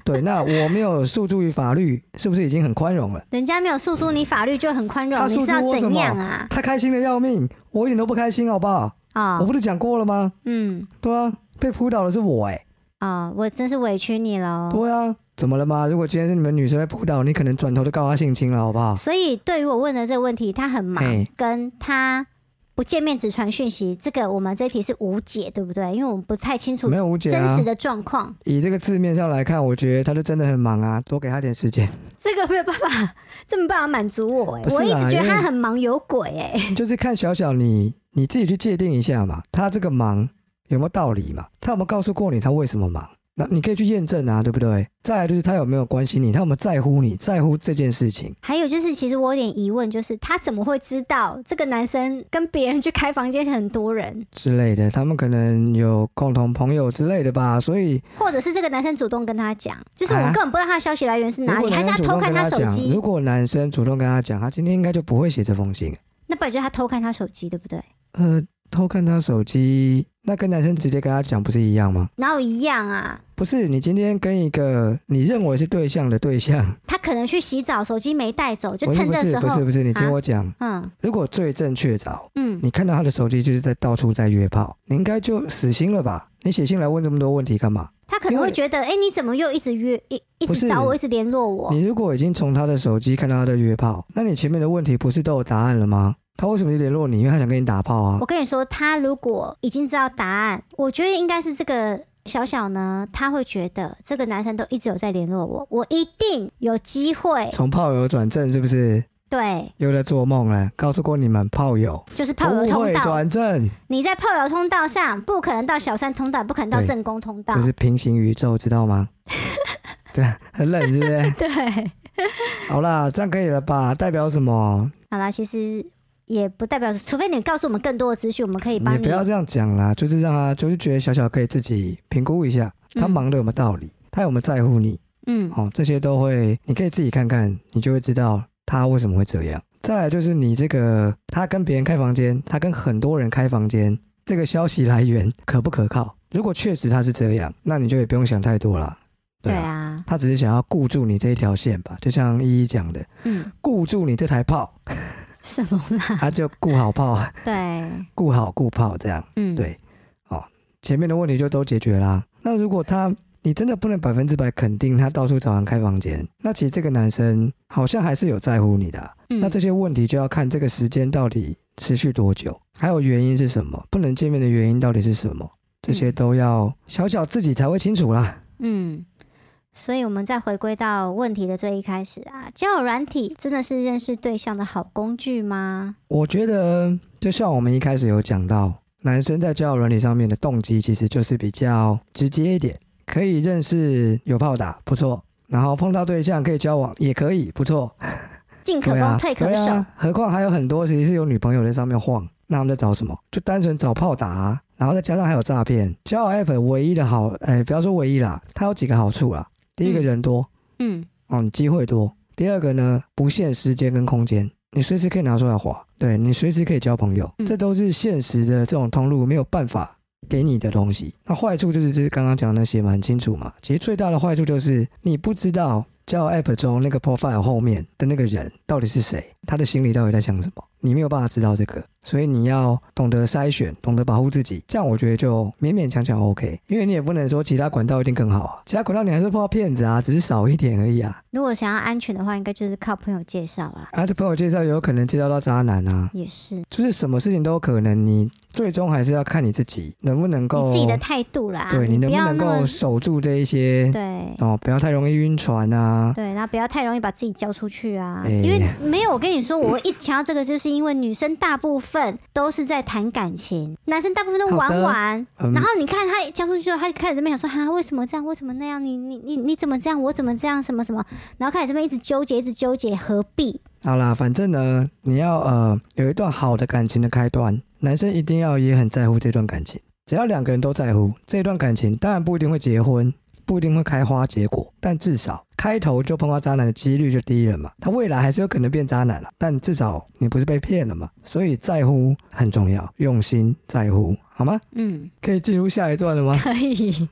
S1: 对，那我没有诉诸于法律，是不是已经很宽容了？
S2: 人家没有诉诸你法律就很宽容
S1: 他，
S2: 你
S1: 诉
S2: 是要
S1: 诸我什
S2: 怎
S1: 么
S2: 样啊？
S1: 他开心的要命，我一点都不开心，好不好？我
S2: 哦，
S1: 不是讲过了吗？
S2: 嗯，
S1: 对啊，被扑倒的是我、欸，
S2: 哦，我真是委屈你了。
S1: 对啊，怎么了吗？如果今天是你们女生被扑倒，你可能转头就告他性侵了，好不好？
S2: 所以对于我问的这个问题，他很忙
S1: 嘿，
S2: 跟他不见面只传讯息，这个我们这一题是无解，对不对？因为我们不太清楚
S1: 没有无解
S2: 真
S1: 啊
S2: 实。的状况，
S1: 以这个字面上来看，我觉得他就真的很忙啊，多给他点时间。
S2: 这个没有办法，这没办法满足我、欸。
S1: 不是
S2: 我一直
S1: 啦
S2: 觉得
S1: 因为
S2: 他很忙，有鬼哎、
S1: 就是看小小你你自己去界定一下嘛，他这个忙有没有道理嘛？他有没有告诉过你他为什么忙？那你可以去验证啊，对不对？再来就是他有没有关心你，他有没有在乎你，在乎这件事情？
S2: 还有就是，其实我有点疑问，就是他怎么会知道这个男生跟别人去开房间很多人，
S1: 之类的，他们可能有共同朋友之类的吧，所以
S2: 或者是这个男生主动跟他讲？就是我
S1: 啊
S2: 根本不知道他的消息来源是
S1: 如
S2: 嗯哪
S1: 果
S2: 里，还
S1: 男
S2: 是
S1: 生
S2: 他
S1: 主
S2: 偷
S1: 动
S2: 看
S1: 跟他
S2: 他手
S1: 讲，
S2: 机
S1: 啊如？果男生主动跟他讲，他今天应该就不会写这封信。
S2: 那不然就是他偷看他手机，对不对？
S1: 呃，偷看他手机，那跟男生直接跟他讲不是一样吗？
S2: 哪有一样啊？
S1: 不是，你今天跟一个你认为是对象的对象，
S2: 他可能去洗澡，手机没带走，就
S1: 不是
S2: 趁
S1: 不
S2: 这时
S1: 是不是
S2: 候，
S1: 不是，你听
S2: 啊
S1: 我讲，
S2: 嗯
S1: 如果罪证确凿，
S2: 嗯，
S1: 你看到他的手机就是在到处在约炮，你应该就死心了吧？你写信来问这么多问题干嘛？
S2: 他可能会觉得，哎、你怎么又一直约，一一
S1: 不
S2: 直
S1: 是
S2: 找我，一直联络我？
S1: 你如果已经从他的手机看到他的约炮，那你前面的问题不是都有答案了吗？他为什么联络你？因为他想跟你打炮啊
S2: 我。跟你说，他如果已经知道答案，我觉得应该是这个小小呢，他会觉得这个男生都一直有在联络我，我一定有机会。
S1: 从炮友转正是不是
S2: 对，
S1: 又在做梦了？告诉过你们炮友
S2: 就是炮友
S1: 不
S2: 通
S1: 会
S2: 道，
S1: 转正，
S2: 你在炮友通道上不可能到小三通道，也不可能到
S1: 对
S2: 正宫通道
S1: 这。是平行宇宙，知道吗？ (laughs) 对，很冷是不是？
S2: 对，
S1: 好啦，这样可以了吧？代表什么？
S2: 好啦，其实也不代表，除非你告诉我们更多的资讯，我们可以帮
S1: 你不要这样讲啦，就是让他就是觉得小小可以自己评估一下，他
S2: 嗯
S1: 忙的有没有道理，他有没有在乎你，
S2: 嗯，
S1: 哦，这些都会，你可以自己看看，你就会知道他为什么会这样。再来就是你这个他跟别人开房间，他跟很多人开房间，这个消息来源 (laughs) 可不可靠？如果确实他是这样，那你就也不用想太多啦。
S2: 对
S1: 啊，
S2: 啊，
S1: 他只是想要固住你这一条线吧，就像依依讲的，
S2: 嗯，
S1: 固住你这台
S2: (laughs)
S1: 炮，
S2: 什么啦？
S1: 他就顾好炮，
S2: 对，
S1: 顾好顾炮这样。
S2: 嗯，
S1: 对前面的问题就都解决啦、那如果他你真的不能百分之百肯定他到处找人开房间，那其实这个男生好像还是有在乎你的啊、
S2: 嗯
S1: 那这些问题就要看这个时间到底持续多久，还有原因是什么，不能见面的原因到底是什么，这些都要小小自己才会清楚啦。
S2: 嗯，所以我们再回归到问题的最一开始啊，交友软体真的是认识对象的好工具吗？
S1: 我觉得就像我们一开始有讲到，男生在交友软体上面的动机其实就是比较直接一点，可以认识有炮打，不错。然后碰到对象可以交往，也可以，不错。
S2: 进可
S1: 对
S2: 攻，
S1: 啊，
S2: 退可
S1: 对
S2: 守。
S1: 啊。何况还有很多其实是有女朋友在上面晃，那他们在找什么？就单纯找炮打、啊，然后再加上还有诈骗。交友 app 唯一的好，哎、不要说唯一啦，它有几个好处啦。第一个
S2: 嗯
S1: 人多，
S2: 嗯，
S1: 哦，你机会多。第二个呢，不限时间跟空间，你随时可以拿出来滑，对你随时可以交朋友，
S2: 嗯
S1: 这都是现实的这种通路没有办法给你的东西。那坏处就是就是刚刚讲的那些嘛，很清楚嘛。其实最大的坏处就是你不知道交友 app 中那个 profile 后面的那个人到底是谁，他的心里到底在想什么，你没有办法知道这个，所以你要懂得筛选，懂得保护自己，这样我觉得就勉勉强强 OK，因为你也不能说其他管道一定更好啊，其他管道你还是碰到骗子啊，只是少一点而已啊。
S2: 如果想要安全的话，应该就是靠朋友介绍啦。
S1: 啊，这朋友介绍有可能介绍到渣男啊，
S2: 也是你
S1: 就是什么事情都有可能，你最终还是要看你自己能不能够
S2: 自己的态度啦，
S1: 对你
S2: 不
S1: 能不
S2: 要
S1: 能
S2: 那么
S1: 够守住这一些
S2: 对
S1: 哦，不要太容易晕船啊。
S2: 对，然后不要太容易把自己交出去啊，
S1: 哎
S2: 因为没有我跟你说，我一直强调这个，就是因为女生大部分都是在谈感情，男生大部分都
S1: 好
S2: 玩
S1: 的
S2: 玩，
S1: 嗯
S2: 然后你看他交出去之后，他就开始这边想说哈，为什么这样？为什么那样？你你你你怎么这样？我怎么这样？什么什么？然后开始这边一直纠结，一直纠结，何必？
S1: 好啦，反正呢，你要呃有一段好的感情的开端，男生一定要也很在乎这段感情。只要两个人都在乎这段感情，当然不一定会结婚，不一定会开花结果，但至少开头就碰到渣男的几率就低了嘛。他未来还是有可能变渣男了，但至少你不是被骗了嘛。所以在乎很重要，用心在乎，好吗？
S2: 嗯，
S1: 可以进入下一段了吗？
S2: 可以。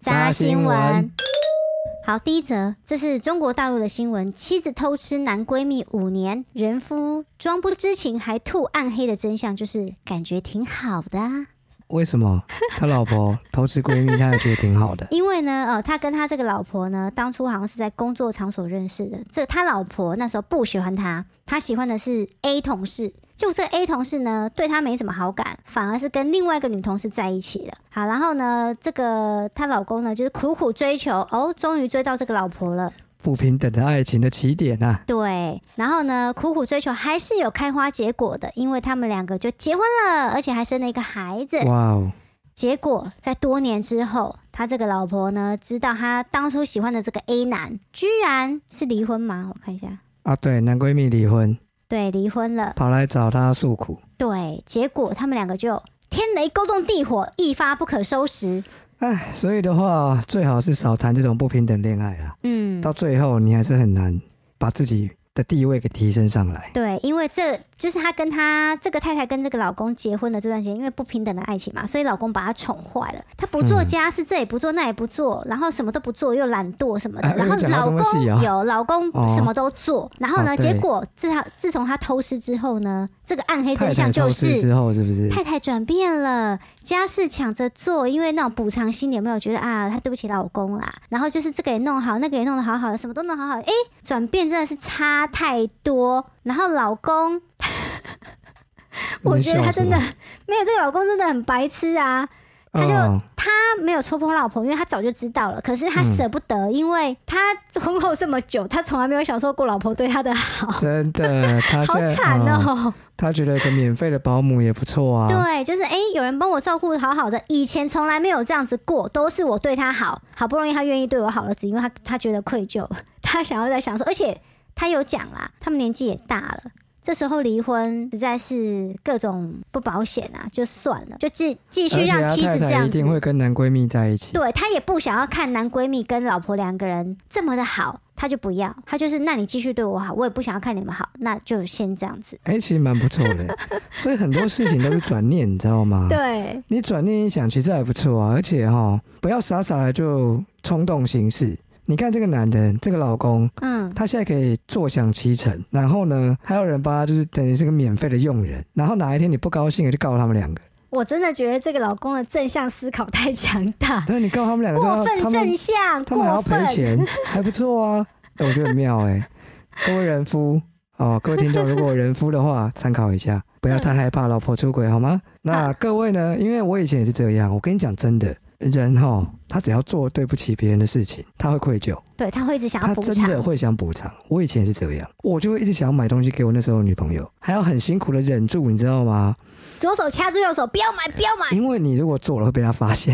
S1: 渣新闻。
S2: 好，第一则，这是中国大陆的新闻：妻子偷吃男闺蜜五年，人夫装不知情还吐暗黑的真相，就是感觉挺好的、啊。
S1: 为什么他老婆偷吃闺蜜，他也觉得挺
S2: (laughs)
S1: 好的？
S2: 因为呢，呃，他跟他这个老婆呢，当初好像是在工作场所认识的。这他老婆那时候不喜欢他，他喜欢的是 A 同事。就这 A 同事呢，对他没什么好感，反而是跟另外一个女同事在一起了。好，然后呢，这个她老公呢，就是苦苦追求，哦，终于追到这个老婆了。
S1: 不平等的爱情的起点啊！
S2: 对，然后呢，苦苦追求还是有开花结果的，因为他们两个就结婚了，而且还生了一个孩子。
S1: 哇哦，
S2: 结果在多年之后，他这个老婆呢，知道他当初喜欢的这个 A 男，居然是离婚吗？我看一下，
S1: 啊对，男闺蜜离婚，
S2: 对，离婚了。
S1: 跑来找他诉苦。
S2: 对，结果他们两个就天雷勾动地火，一发不可收拾。
S1: 唉，所以的话，最好是少谈这种不平等恋爱啦。
S2: 嗯，
S1: 到最后，你还是很难把自己的地位给提升上来。
S2: 对，因为这就是他跟他这个太太跟这个老公结婚的这段时间，因为不平等的爱情嘛，所以老公把她宠坏了。她不做家事，这也不做，那也不做，然后什么都不做，又懒惰什么的。
S1: 哎
S2: 然后
S1: 你讲到
S2: 老
S1: 这么细
S2: 公
S1: 啊
S2: 有老公
S1: 哦
S2: 什么都做，然后呢，
S1: 哦对
S2: 结果自他自从他偷吃之后呢，这个暗黑
S1: 太
S2: 真
S1: 太
S2: 相哎就
S1: 偷吃
S2: 是。
S1: 之后，是不是？
S2: 太太转变了，家事抢着做，因为那种补偿心理有没有觉得啊，她对不起老公啦，然后就是这个也弄好，那个也弄得好好的，什么都弄好好的，诶，转变真的是差太多。然后老公，
S1: 嗯
S2: 我觉得他真的 (laughs) 没有这个老公真的很白痴啊，
S1: 你
S2: 他
S1: 笑
S2: 就
S1: 什么，
S2: 他没有戳破他老婆，因为他早就知道了，可是他舍不得，
S1: 嗯
S2: 因为他婚后这么久，他从来没有享受过老婆对他的好，
S1: 哦真的，
S2: (laughs)
S1: 他
S2: 好
S1: 现在
S2: 惨哦、
S1: 嗯他觉得有个免费的保姆也不错啊。
S2: 对，就是哎、诶有人帮我照顾好好的，以前从来没有这样子过，都是我对他好，好不容易他愿意对我好了，只因为他他觉得愧疚， (laughs) 他想要再享受，而且他有讲啦，他们年纪也大了。这时候离婚实在是各种不保险啊，就算了，就继继续
S1: 而且
S2: 让
S1: 他
S2: 妻子
S1: 太
S2: 这
S1: 太
S2: 样
S1: 一
S2: 子。
S1: 定会跟男闺蜜在一起。
S2: 对他也不想要看男闺蜜跟老婆两个人这么的好，他就不要，他就是那你继续对我好，我也不想要看你们好，那就先这样子。
S1: 哎、其实蛮不错的， (laughs) 所以很多事情都是转念，你知道吗？
S2: 对，
S1: 你转念一想，其实还不错啊。而且哈、不要傻傻的就冲动行事。你看这个男的，这个老公，
S2: 嗯，
S1: 他现在可以坐享其成，然后呢，还有人帮他，就是等于是个免费的佣人。然后哪一天你不高兴了，就告他们两个。
S2: 我真的觉得这个老公的正向思考太强大，
S1: 对，你告他们两个，
S2: 过
S1: 他
S2: 分
S1: 们
S2: 正向，
S1: 他们还
S2: 过
S1: 要赔
S2: 分。
S1: 钱，还不错
S2: (laughs)
S1: 啊。哎我觉得很妙哎、各位人夫哦，各位听众，如果有人夫的话，参考一下，不要太害怕老婆出轨好吗？
S2: 嗯
S1: 那各位呢？因为我以前也是这样，我跟你讲真的，人哈，他只要做对不起别人的事情，他会愧疚，
S2: 对他会一直想
S1: 他
S2: 要补
S1: 真
S2: 偿，
S1: 的会想补偿。我以前也是这样，我就会一直想要买东西给我那时候的女朋友，还要很辛苦的忍住，你知道吗？
S2: 左手掐住右手，不要买，不要买。
S1: 因为你如果做了会被他发
S2: (laughs)
S1: 现，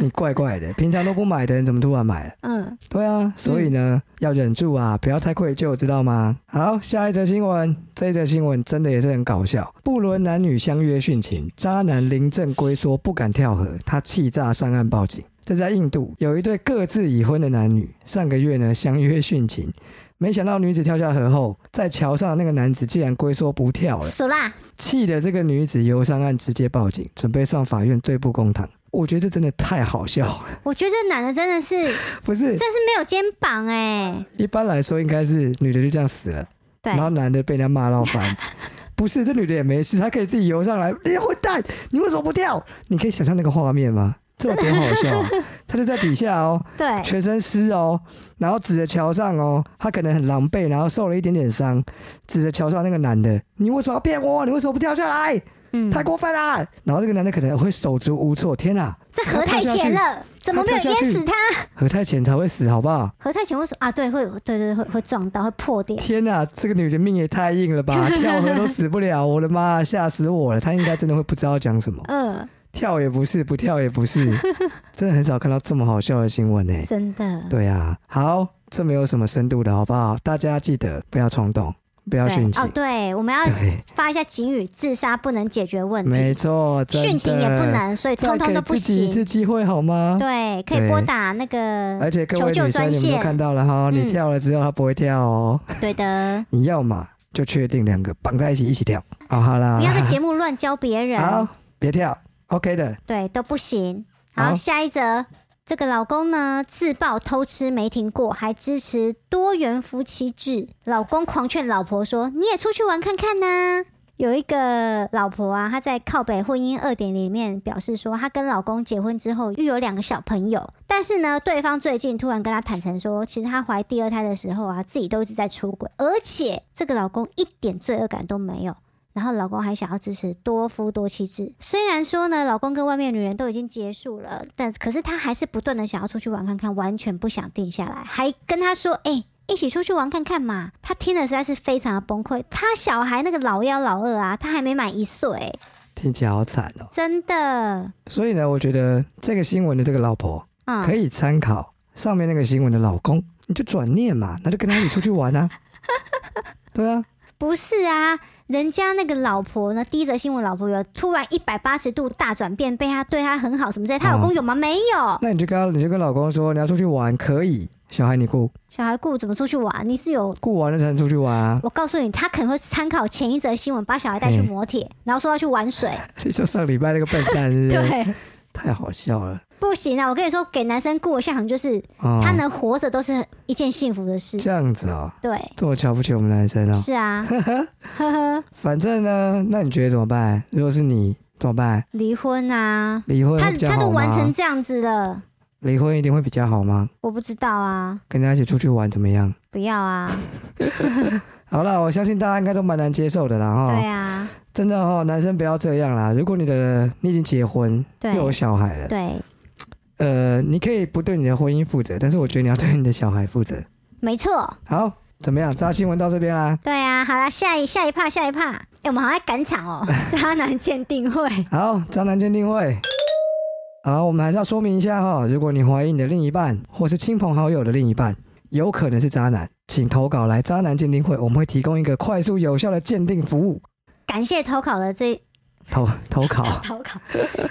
S1: 你怪怪的，平常都不买的人怎么突然买了？
S2: 嗯，
S1: 对啊，所以呢，要忍住啊，不要太愧疚，知道吗？好，下一则新闻，这一则新闻真的也是很搞笑。不伦男女相约殉情，渣男临阵龟缩不敢跳河，他气炸上岸报警。这在印度有一对各自已婚的男女，上个月呢相约殉情，没想到女子跳下河后，在桥上的那个男子竟然龟缩不跳了，
S2: 死啦！
S1: 气得这个女子游上岸直接报警，准备上法院对簿公堂。我觉得这真的太好笑了，
S2: 我觉得这男的真的是，
S1: 不是？
S2: 真是没有肩膀哎、
S1: 一般来说应该是女的就这样死了，
S2: 对
S1: 然后男的被人家骂到
S2: (laughs)
S1: 翻。不是，这女的也没事，她可以自己游上来。你混蛋，你为什么不跳？你可以想象那个画面吗？这有多好
S2: (laughs)
S1: 笑、啊！她就在底下哦，
S2: 对，
S1: 全身湿哦，然后指着桥上哦，她可能很狼狈，然后受了一点点伤，指着桥上那个男的，你为什么要骗我？你为什么不跳下来？
S2: 嗯，
S1: 太过分啦！然后这个男的可能会手足无措，天啊，
S2: 这河太浅了，怎么没有
S1: 他跳
S2: 淹
S1: 下去
S2: 死他？
S1: 何太浅才会死，好不好？
S2: 何太浅为什么啊？对，会，对对对会会撞到，会破掉。
S1: 天呐、这个女的命也太硬了
S2: (laughs)
S1: 吧！跳河都死不了，我的妈，吓死我了！她应该真的会不知道讲什
S2: (laughs)
S1: 么，
S2: 嗯，
S1: 跳也不是，不跳也不是，真的很少看到这么好笑的新闻呢、欸
S2: 真的。
S1: 对啊，好，这没有什么深度的好不好？大家记得不要冲动，不要
S2: 对
S1: 殉情
S2: 哦，。对，我们要
S1: 对，
S2: 发一下警语：自杀不能解决问
S1: 没
S2: 题，
S1: 错，真的
S2: 殉情也不，能，所以
S1: 再
S2: 通通
S1: 给
S2: 都不
S1: 自己一
S2: 行。
S1: 次机会好吗？
S2: 对，可以
S1: 啊对哎
S2: 拨打那个
S1: 而且各位
S2: 求救
S1: 女生，
S2: 专
S1: 你们
S2: 线
S1: 都看到了哈，你
S2: 嗯
S1: 跳了之后，他不会跳哦。
S2: 对的，
S1: 你要嘛就确定两个绑在一起一起跳。哦，好啦，
S2: 不
S1: (laughs)
S2: 要在节目乱教别人
S1: 好，，别跳，OK 的。
S2: 对，都不行。好，
S1: 好
S2: 下一则，这个老公呢自曝偷吃没停过，还支持多元夫妻制，老公狂劝老婆说：“你也出去玩看看呐、有一个老婆啊，她在靠北婚姻二点里面表示说，她跟老公结婚之后育有两个小朋友，但是呢，对方最近突然跟她坦诚说，其实她怀第二胎的时候啊，自己都一直在出轨，而且这个老公一点罪恶感都没有。然后老公还想要支持多夫多妻制，虽然说呢，老公跟外面女人都已经结束了，但可是他还是不断的想要出去玩看看，完全不想定下来，还跟他说：“哎、一起出去玩看看嘛。”他听了实在是非常的崩溃。他小孩那个老幺老二啊，他还没满一岁，
S1: 听起来好惨哦。
S2: 真的，
S1: 所以呢，我觉得这个新闻的这个老婆
S2: 嗯，
S1: 可以参考上面那个新闻的老公，你就转念嘛，那就跟他一起出去玩
S2: (laughs)
S1: 啊。对啊，
S2: 不是啊，人家那个老婆呢，第一则新闻老婆有突然一百八十度大转变，被他对他很好什么之类，她
S1: 嗯
S2: 老公有吗？没有，
S1: 那你就跟他，你就跟老公说你要出去玩可以，小孩你顾
S2: 小孩顾怎么出去玩？你是有
S1: 顾完了才能出去玩 (laughs)
S2: (laughs)
S1: 啊。
S2: 我告诉你，他可能会参考前一则新闻，把小孩带去磨铁，然后说要去
S1: (laughs)
S2: 玩水。
S1: 你就上礼拜那个笨蛋是不是，
S2: 对，
S1: 太好笑了
S2: 不行啊！我跟你说，给男生过下场就是、
S1: 啊！
S2: 他能活着都是一件幸福的事。
S1: 这样子哦，
S2: 对，
S1: 这么瞧不起我们男生哦。
S2: 是啊，
S1: (laughs)
S2: 呵呵，
S1: 反正呢，那你觉得怎么办？如果是你怎么办？
S2: 离婚啊，
S1: 离婚
S2: 他
S1: 会比较
S2: 他都
S1: 好吗
S2: 完成这样子了，
S1: 离婚一定会比较好吗？
S2: 我不知道啊，
S1: 跟大家一起出去玩怎么样？
S2: 不要啊，
S1: 好了，我相信大家应该都蛮难接受的啦哈。
S2: 对啊，
S1: 真的哦，男生不要这样啦。如果你的你已经结婚
S2: 对
S1: 又有小孩了，
S2: 对，
S1: 呃，你可以不对你的婚姻负责，但是我觉得你要对你的小孩负责。
S2: 没错，
S1: 好，怎么样？扎新闻到这边啦。
S2: 对啊，好啦，下一下一趴，下一趴，哎、我们好像在赶
S1: (laughs)
S2: 场哦，渣男鉴定会，
S1: 好，渣男鉴定会。好，我们还是要说明一下哈、如果你怀疑你的另一半或是亲朋好友的另一半有可能是渣男，请投稿来渣男鉴定会，我们会提供一个快速有效的鉴定服务。
S2: 感谢投稿的这
S1: 投投稿，
S2: (laughs) 投稿，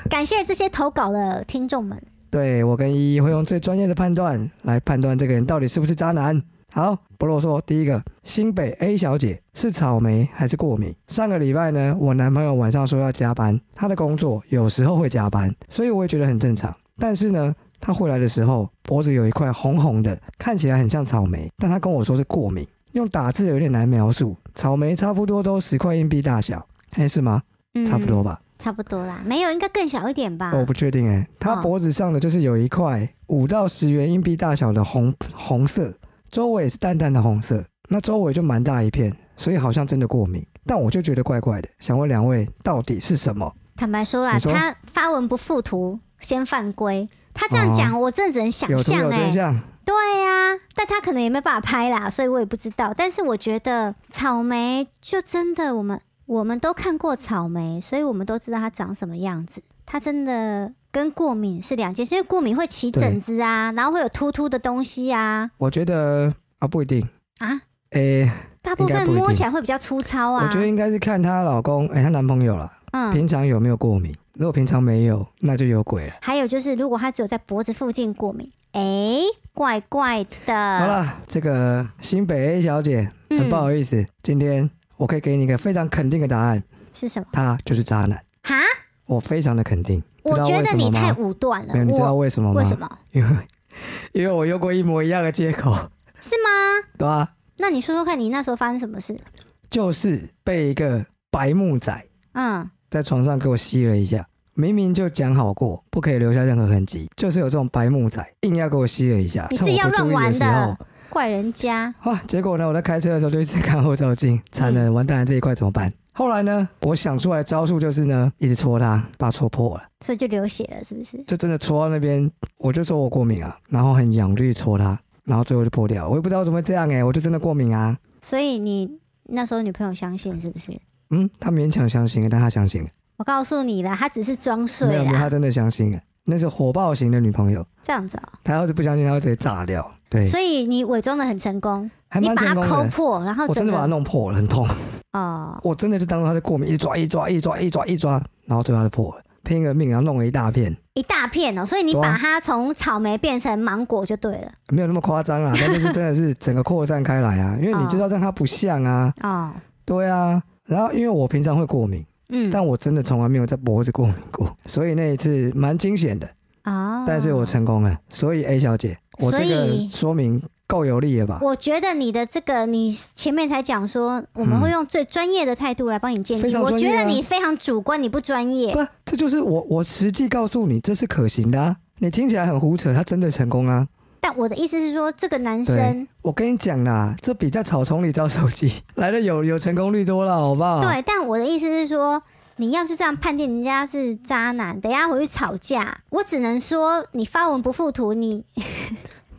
S2: 感谢这些投稿的听众们。
S1: 对我跟依依会用最专业的判断来判断这个人到底是不是渣男。好，不啰嗦。第一个，新北 A 小姐是草莓还是过敏？上个礼拜呢，我男朋友晚上说要加班，他的工作有时候会加班，所以我也觉得很正常。但是呢，他回来的时候脖子有一块红红的，看起来很像草莓，但他跟我说是过敏，用打字有点难描述。草莓差不多都十块硬币大小，哎，是吗？
S2: 嗯
S1: 差不多吧。
S2: 差不多啦，没有，应该更小一点吧？
S1: 我不确定哎、他
S2: 哦
S1: 脖子上的就是有一块五到十元硬币大小的红红色，周围也是淡淡的红色，那周围就蛮大一片，所以好像真的过敏。但我就觉得怪怪的，想问两位到底是什么？
S2: 坦白说啦，
S1: 你说
S2: 他发文不附图，先犯规。他这样讲，我真的只能想
S1: 啊有图
S2: 象
S1: 有
S2: 哎、
S1: 真相，
S2: 对呀、但他可能也没办法拍啦，所以我也不知道。但是我觉得草莓就真的，我们我们都看过草莓，所以我们都知道它长什么样子。它真的跟过敏是两件事，因为过敏会起
S1: 对
S2: 疹子啊，然后会有突突的东西啊
S1: 我觉得啊不一定，
S2: 啊，
S1: 诶、
S2: 大部
S1: 应该
S2: 分
S1: 不一定
S2: 摸起来会比较粗糙啊。
S1: 我觉得应该是看她老公，诶、她男朋友啦，
S2: 嗯，
S1: 平常有没有过敏？如果平常没有，那就有鬼了。
S2: 还有就是，如果他只有在脖子附近过敏，哎、怪怪
S1: 好
S2: 的。
S1: 了，这个新北 A 小姐，很
S2: 嗯
S1: 不好意思，今天我可以给你一个非常肯定的答案。
S2: 是什么？
S1: 他就是渣男，
S2: 哈？
S1: 我非常的肯定。知
S2: 我
S1: 道
S2: 觉
S1: 为
S2: 得
S1: 什么
S2: 你太
S1: 吗
S2: 武断了
S1: 没有，。你知道
S2: 我
S1: 为什么吗？
S2: 为什？么？
S1: 因为因为我用过一模一样的借口，
S2: 是吗？
S1: 对吧、
S2: 那你说说看，你那时候发生什么事？
S1: 就是被一个白木仔
S2: 嗯，
S1: 在床上给我吸了一下，明明就讲好过不可以留下任何痕迹，就是有这种白木仔硬要给我吸了一下，
S2: 你自
S1: 趁
S2: 己
S1: 我不
S2: 要
S1: 注
S2: 乱
S1: 意
S2: 玩
S1: 时候
S2: 的，怪人家。
S1: 哇！结果呢，我在开车的时候就一直看后照镜，惨
S2: 嗯
S1: 了，完蛋了，这一块怎么办？后来呢，我想出来的招数就是呢，一直戳他，把他戳破了。
S2: 所以就流血了，是不是？
S1: 就真的戳到那边，我就说我过敏啊，然后很痒，我就去戳它，然后最后就破掉了。我也不知道怎么会这样哎、我就真的过敏啊。
S2: 所以你那时候女朋友相信是不是？
S1: 嗯，他勉强相信了，但他相信了，
S2: 我告诉你啦，她只是装
S1: 没
S2: 睡
S1: 有没有，
S2: 啦
S1: 他，真的相信了。那是火爆型的女朋友，
S2: 这样子哦、
S1: 他要是不相信，他会直接炸掉。对，
S2: 所以你伪装的很成功，
S1: 还
S2: 你
S1: 蛮
S2: 把
S1: 成
S2: 它
S1: 功
S2: 抠
S1: 的。
S2: 破，然后
S1: 我
S2: 整
S1: 真的把它
S2: 个
S1: 弄破了，很痛。
S2: 哦，
S1: 我真的就当做它是过敏，一抓一抓一抓一抓一抓，然后最后它就破了，拼个命，然后弄了一大片，
S2: 一大片哦，所以你
S1: 对啊
S2: 把它从草莓变成芒果就对了
S1: 没有那么夸张啊，但就是真的是整个扩散开来啊，因为你知道让它不像啊，
S2: 哦，
S1: 对啊。然后因为我平常会过敏，
S2: 嗯，
S1: 但我真的从来没有在脖子过敏过，所以那一次蛮惊险的，
S2: 哦，
S1: 但是我成功了。所以 A 小姐，我这
S2: 所
S1: 个
S2: 以
S1: 说明够有力了吧？
S2: 我觉得你的这个，你前面才讲说，我们会用最专业的态度来帮你鉴
S1: 嗯非
S2: 定。
S1: 常
S2: 我
S1: 专
S2: 觉
S1: 业啊
S2: 得你非常主观，你不专业。
S1: 不，这就是我我实际告诉你，这是可行的、啊。你听起来很胡扯，他真的成功啊！
S2: 但我的意思是说，这个男生
S1: 我跟你讲啦，这比在草丛里找手机 (laughs) 来的有有成功率多了，好不好？
S2: 对，，但我的意思是说，你要是这样判定人家是渣男，等一下回去吵架，我只能说你发文不附图，你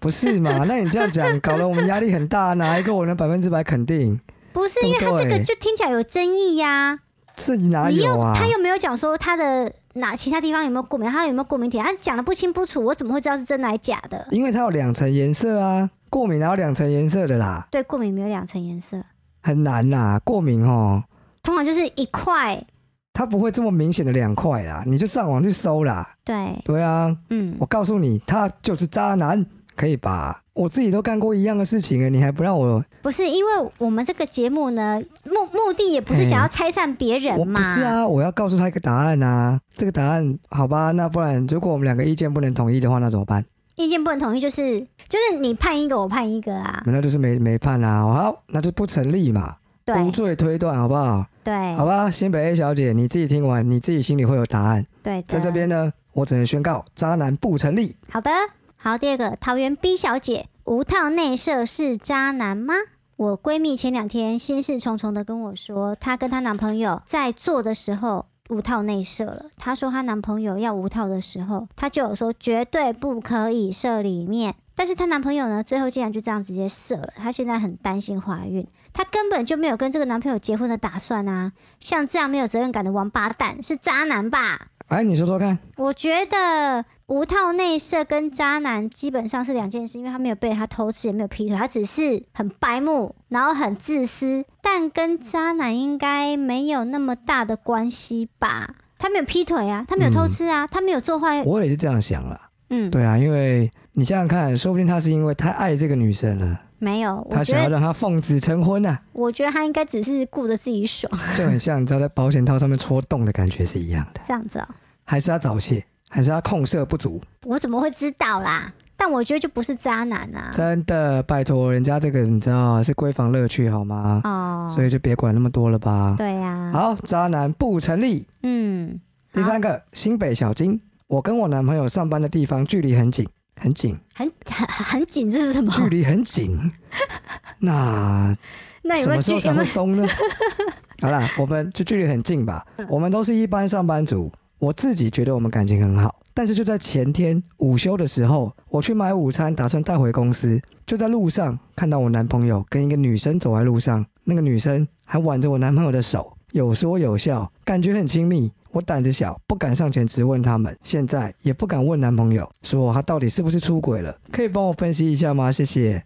S1: 不是
S2: (laughs)
S1: 嘛？那你这样讲，搞得我们压力很大，哪一个我能百分之百肯定？
S2: 不是
S1: 对
S2: 因
S1: 不
S2: 为他这个
S1: 对
S2: 就听起来有争议呀、
S1: 这哪
S2: 你
S1: 有啊？
S2: 他又没有讲说他的哪其他地方有没有过敏，他有没有过敏体，他讲的不清不楚，我怎么会知道是真的还是假的？
S1: 因为它有两层颜色啊，过敏哪有两层颜色的啦？
S2: 对，过敏没有两层颜色。
S1: 很难啦，过敏哦，
S2: 通常就是一块。
S1: 它不会这么明显的两块啦，你就上网去搜啦。
S2: 对，
S1: 对啊，
S2: 嗯，
S1: 我告诉你，他就是渣男，可以吧？我自己都干过一样的事情了，啊你还不让我？
S2: 不是，因为我们这个节目呢，目目的也不是想要拆散别
S1: 我
S2: 人嘛。
S1: 不是啊，我要告诉他一个答案啊。这个答案好吧？那不然如果我们两个意见不能统一的话，那怎么办？
S2: 意见不能统一，就是就是你判一个，我判一个啊。
S1: 那就是没没判啊。好，那就不成立嘛，
S2: 对
S1: 无罪推断，好不好？
S2: 对
S1: 好吧，新北 A 小姐，你自己听完，你自己心里会有答案。
S2: 对的，啊
S1: 在这边呢，我只能宣告，渣男不成立。
S2: 好的，好，第二个，桃园 B 小姐，无套内射是渣男吗？我闺蜜前两天心事重重的跟我说，她跟她男朋友在做的时候无套内射了。她说她男朋友要无套的时候，她就有说绝对不可以射里面。但是她男朋友呢，最后竟然就这样直接射了。她现在很担心怀孕，她根本就没有跟这个男朋友结婚的打算啊！像这样没有责任感的王八蛋是渣男吧？
S1: 哎，你说说看，
S2: 我觉得无套内射跟渣男基本上是两件事，因为他没有被他偷吃，也没有劈腿，他只是很白目，然后很自私，但跟渣男应该没有那么大的关系吧？他没有劈腿啊，他没有偷吃啊，他没有做坏，
S1: 嗯我也是这样想啦。
S2: 嗯，
S1: 对啊，因为你想想看，说不定他是因为太爱这个女生了，
S2: 没有。我
S1: 他
S2: 觉
S1: 想要
S2: 得，
S1: 让她奉子成婚
S2: (laughs)
S1: 啊，
S2: 我觉得他应该只是顾着自己爽 (laughs)
S1: 就很像你知道在保险套上面戳洞的感觉是一样的。
S2: 这样子哦。
S1: 还是他早泄，还是他控射不足？
S2: 我怎么会知道啦？但我觉得就不是渣男啊。
S1: 真的，拜托，人家这个你知道是闺房乐趣好吗？
S2: 哦，
S1: 所以啊就别管那么多了吧。
S2: 对啊呀、
S1: 好，渣男不成立。
S2: 嗯， (laughs)
S1: 第三个，新北小金，我跟我男朋友上班的地方距离很紧，很紧，
S2: 很很很紧，这是什么？
S1: 距
S2: (laughs)
S1: 离很紧。那
S2: 那有
S1: 什
S2: 没有
S1: 么时
S2: 距
S1: 候才
S2: 有没
S1: 会
S2: 有
S1: 松呢？ (laughs) 好啦，我们就距离很近吧。我们都是一般上班族，我自己觉得我们感情很好。但是就在前天午休的时候，我去买午餐，打算带回公司，就在路上看到我男朋友跟一个女生走在路上，那个女生还挽着我男朋友的手，有说有笑，感觉很亲密。我胆子小，不敢上前质问他们，现在也不敢问男朋友，说他到底是不是出轨了，可以帮我分析一下吗？谢谢。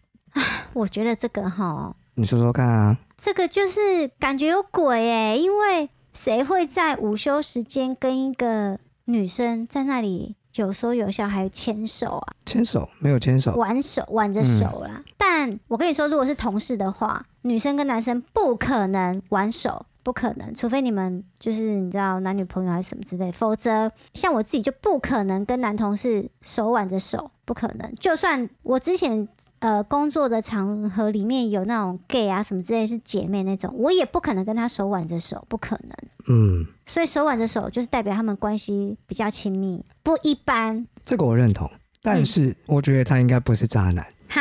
S2: 我觉得这个哈，
S1: 你说说看啊。
S2: 这个就是感觉有鬼哎、因为谁会在午休时间跟一个女生在那里有说有笑，还有牵手啊，
S1: 牵手没有牵手，
S2: 挽手挽着手啦、但我跟你说，如果是同事的话，女生跟男生不可能挽手。不可能，除非你们就是你知道男女朋友还是什么之类，否则像我自己就不可能跟男同事手挽着手，不可能。就算我之前呃工作的场合里面有那种 gay 啊什么之类是姐妹那种，我也不可能跟他手挽着手，不可能。
S1: 嗯，
S2: 所以手挽着手就是代表他们关系比较亲密，不一般
S1: 这个我认同，
S2: 嗯
S1: 但是我觉得他应该不是渣男，
S2: 哈。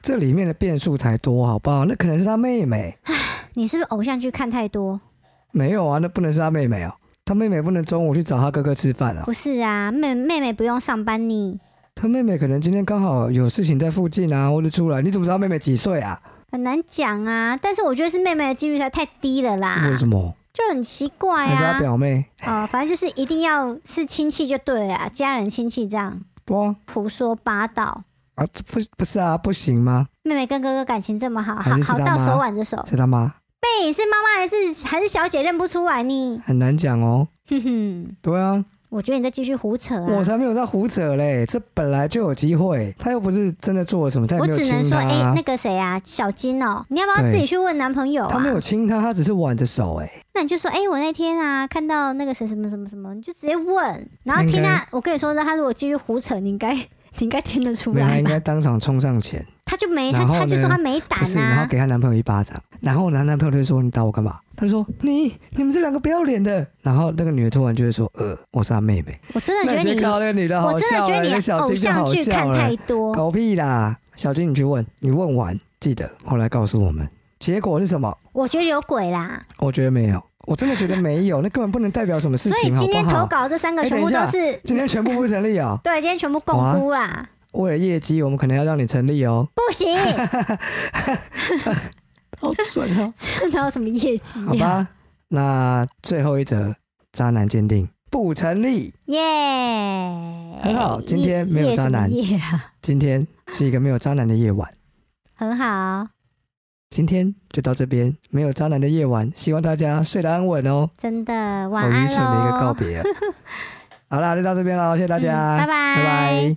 S1: 这里面的变数才多，好不好？那可能是他妹妹，
S2: 你是不是偶像剧看太多？
S1: 没有啊，那不能是他妹妹哦，他妹妹不能中午去找他哥哥吃饭啊，
S2: 不是啊，妹妹妹不用上班你，
S1: 他妹妹可能今天刚好有事情在附近啊，或者出来，你怎么知道妹妹几岁啊？
S2: 很难讲啊。但是我觉得是妹妹的几率实在太低了啦，
S1: 为什么？
S2: 就很奇怪
S1: 还是他
S2: 啊。
S1: 表妹？
S2: 哦，反正就是一定要是亲戚就对了啊，家人亲戚这样
S1: 哇，
S2: 胡说八道。
S1: 啊，这不不是啊，不行吗？
S2: 妹妹跟哥哥感情这么好，好
S1: 还是
S2: 好
S1: 是他
S2: 到
S1: 妈
S2: 手挽着手。
S1: 是他妈，
S2: 贝是妈妈还是还是小姐认不出来你？ (laughs)
S1: 很难讲哦。
S2: 哼哼，
S1: 对啊，
S2: 我觉得你在继续胡扯
S1: 我
S2: 啊！
S1: 才没有在胡扯嘞，这本来就有机会，他又不是真的做了什么，他也
S2: 我
S1: 没有
S2: 只能
S1: 亲
S2: 说，
S1: 他
S2: 哎、
S1: 啊，
S2: 那个谁啊，小金哦，你要不要自己去问男朋友
S1: 他
S2: 啊
S1: 没？有亲他，他只是挽着手哎，
S2: 那你就说，哎、我那天啊看到那个谁什么什么什么，你就直接问，然后听
S1: 应
S2: 他
S1: 该，
S2: 我跟你说，那他如果继续胡扯，你应该 (laughs) 你应该听得出
S1: 没有，他
S2: 来
S1: 应
S2: 吧？
S1: 该当场冲上前，
S2: 他就没他
S1: 然后
S2: 他就说
S1: 呢
S2: 他没胆
S1: 不是，然后
S2: 啊，
S1: 给她男朋友一巴掌，然后男男朋友就说你打我干嘛？他就说你你们这两个不要脸的，然后那个女的突然就会说呃我是她妹妹，
S2: 我真的觉
S1: 那
S2: 得
S1: 你
S2: 你
S1: 就看，到那个女的好
S2: 我真的
S1: 笑
S2: 觉得
S1: 了，那
S2: 你
S1: 小
S2: 偶
S1: 金就
S2: 像
S1: 好
S2: 剧
S1: 笑哎
S2: 看
S1: 了
S2: 太，多，
S1: 狗屁啦，小金你去问，你问完记得后来告诉我们结果是什么。
S2: 我觉得有鬼啦。
S1: 我觉得没有，我真的觉得没
S2: (laughs)
S1: 有，那根本不能代表什么事
S2: 所以
S1: 情，好
S2: 今天
S1: 不
S2: 投
S1: 好？
S2: 稿这三个
S1: 哎
S2: 全部
S1: 等
S2: 都
S1: 一下
S2: 是，
S1: 今天全部不成立哦
S2: 对，今天全部共估啦，
S1: 为了业绩，我们可能要让你成立哦。
S2: 不
S1: (laughs)
S2: 行，
S1: 好蠢哦，
S2: 这哪有什么业
S1: (laughs)
S2: 绩
S1: 好
S2: 啊？
S1: 吧，那最后一则渣男鉴定不成立。
S2: 耶、
S1: 很好今
S2: 业
S1: 天没有
S2: 业
S1: 渣
S2: 什么
S1: 男
S2: 业啊，
S1: 今天是一个没有渣男的夜晚，
S2: 很好，
S1: 今天就到这边，没有渣男的夜晚，希望大家睡得安稳哦。
S2: 真的晚
S1: 好愚
S2: 安
S1: 蠢的一个告
S2: 喽，
S1: 别啊。 (laughs) 好啦，就到这边喽，谢谢大家，
S2: 嗯拜拜
S1: 拜拜。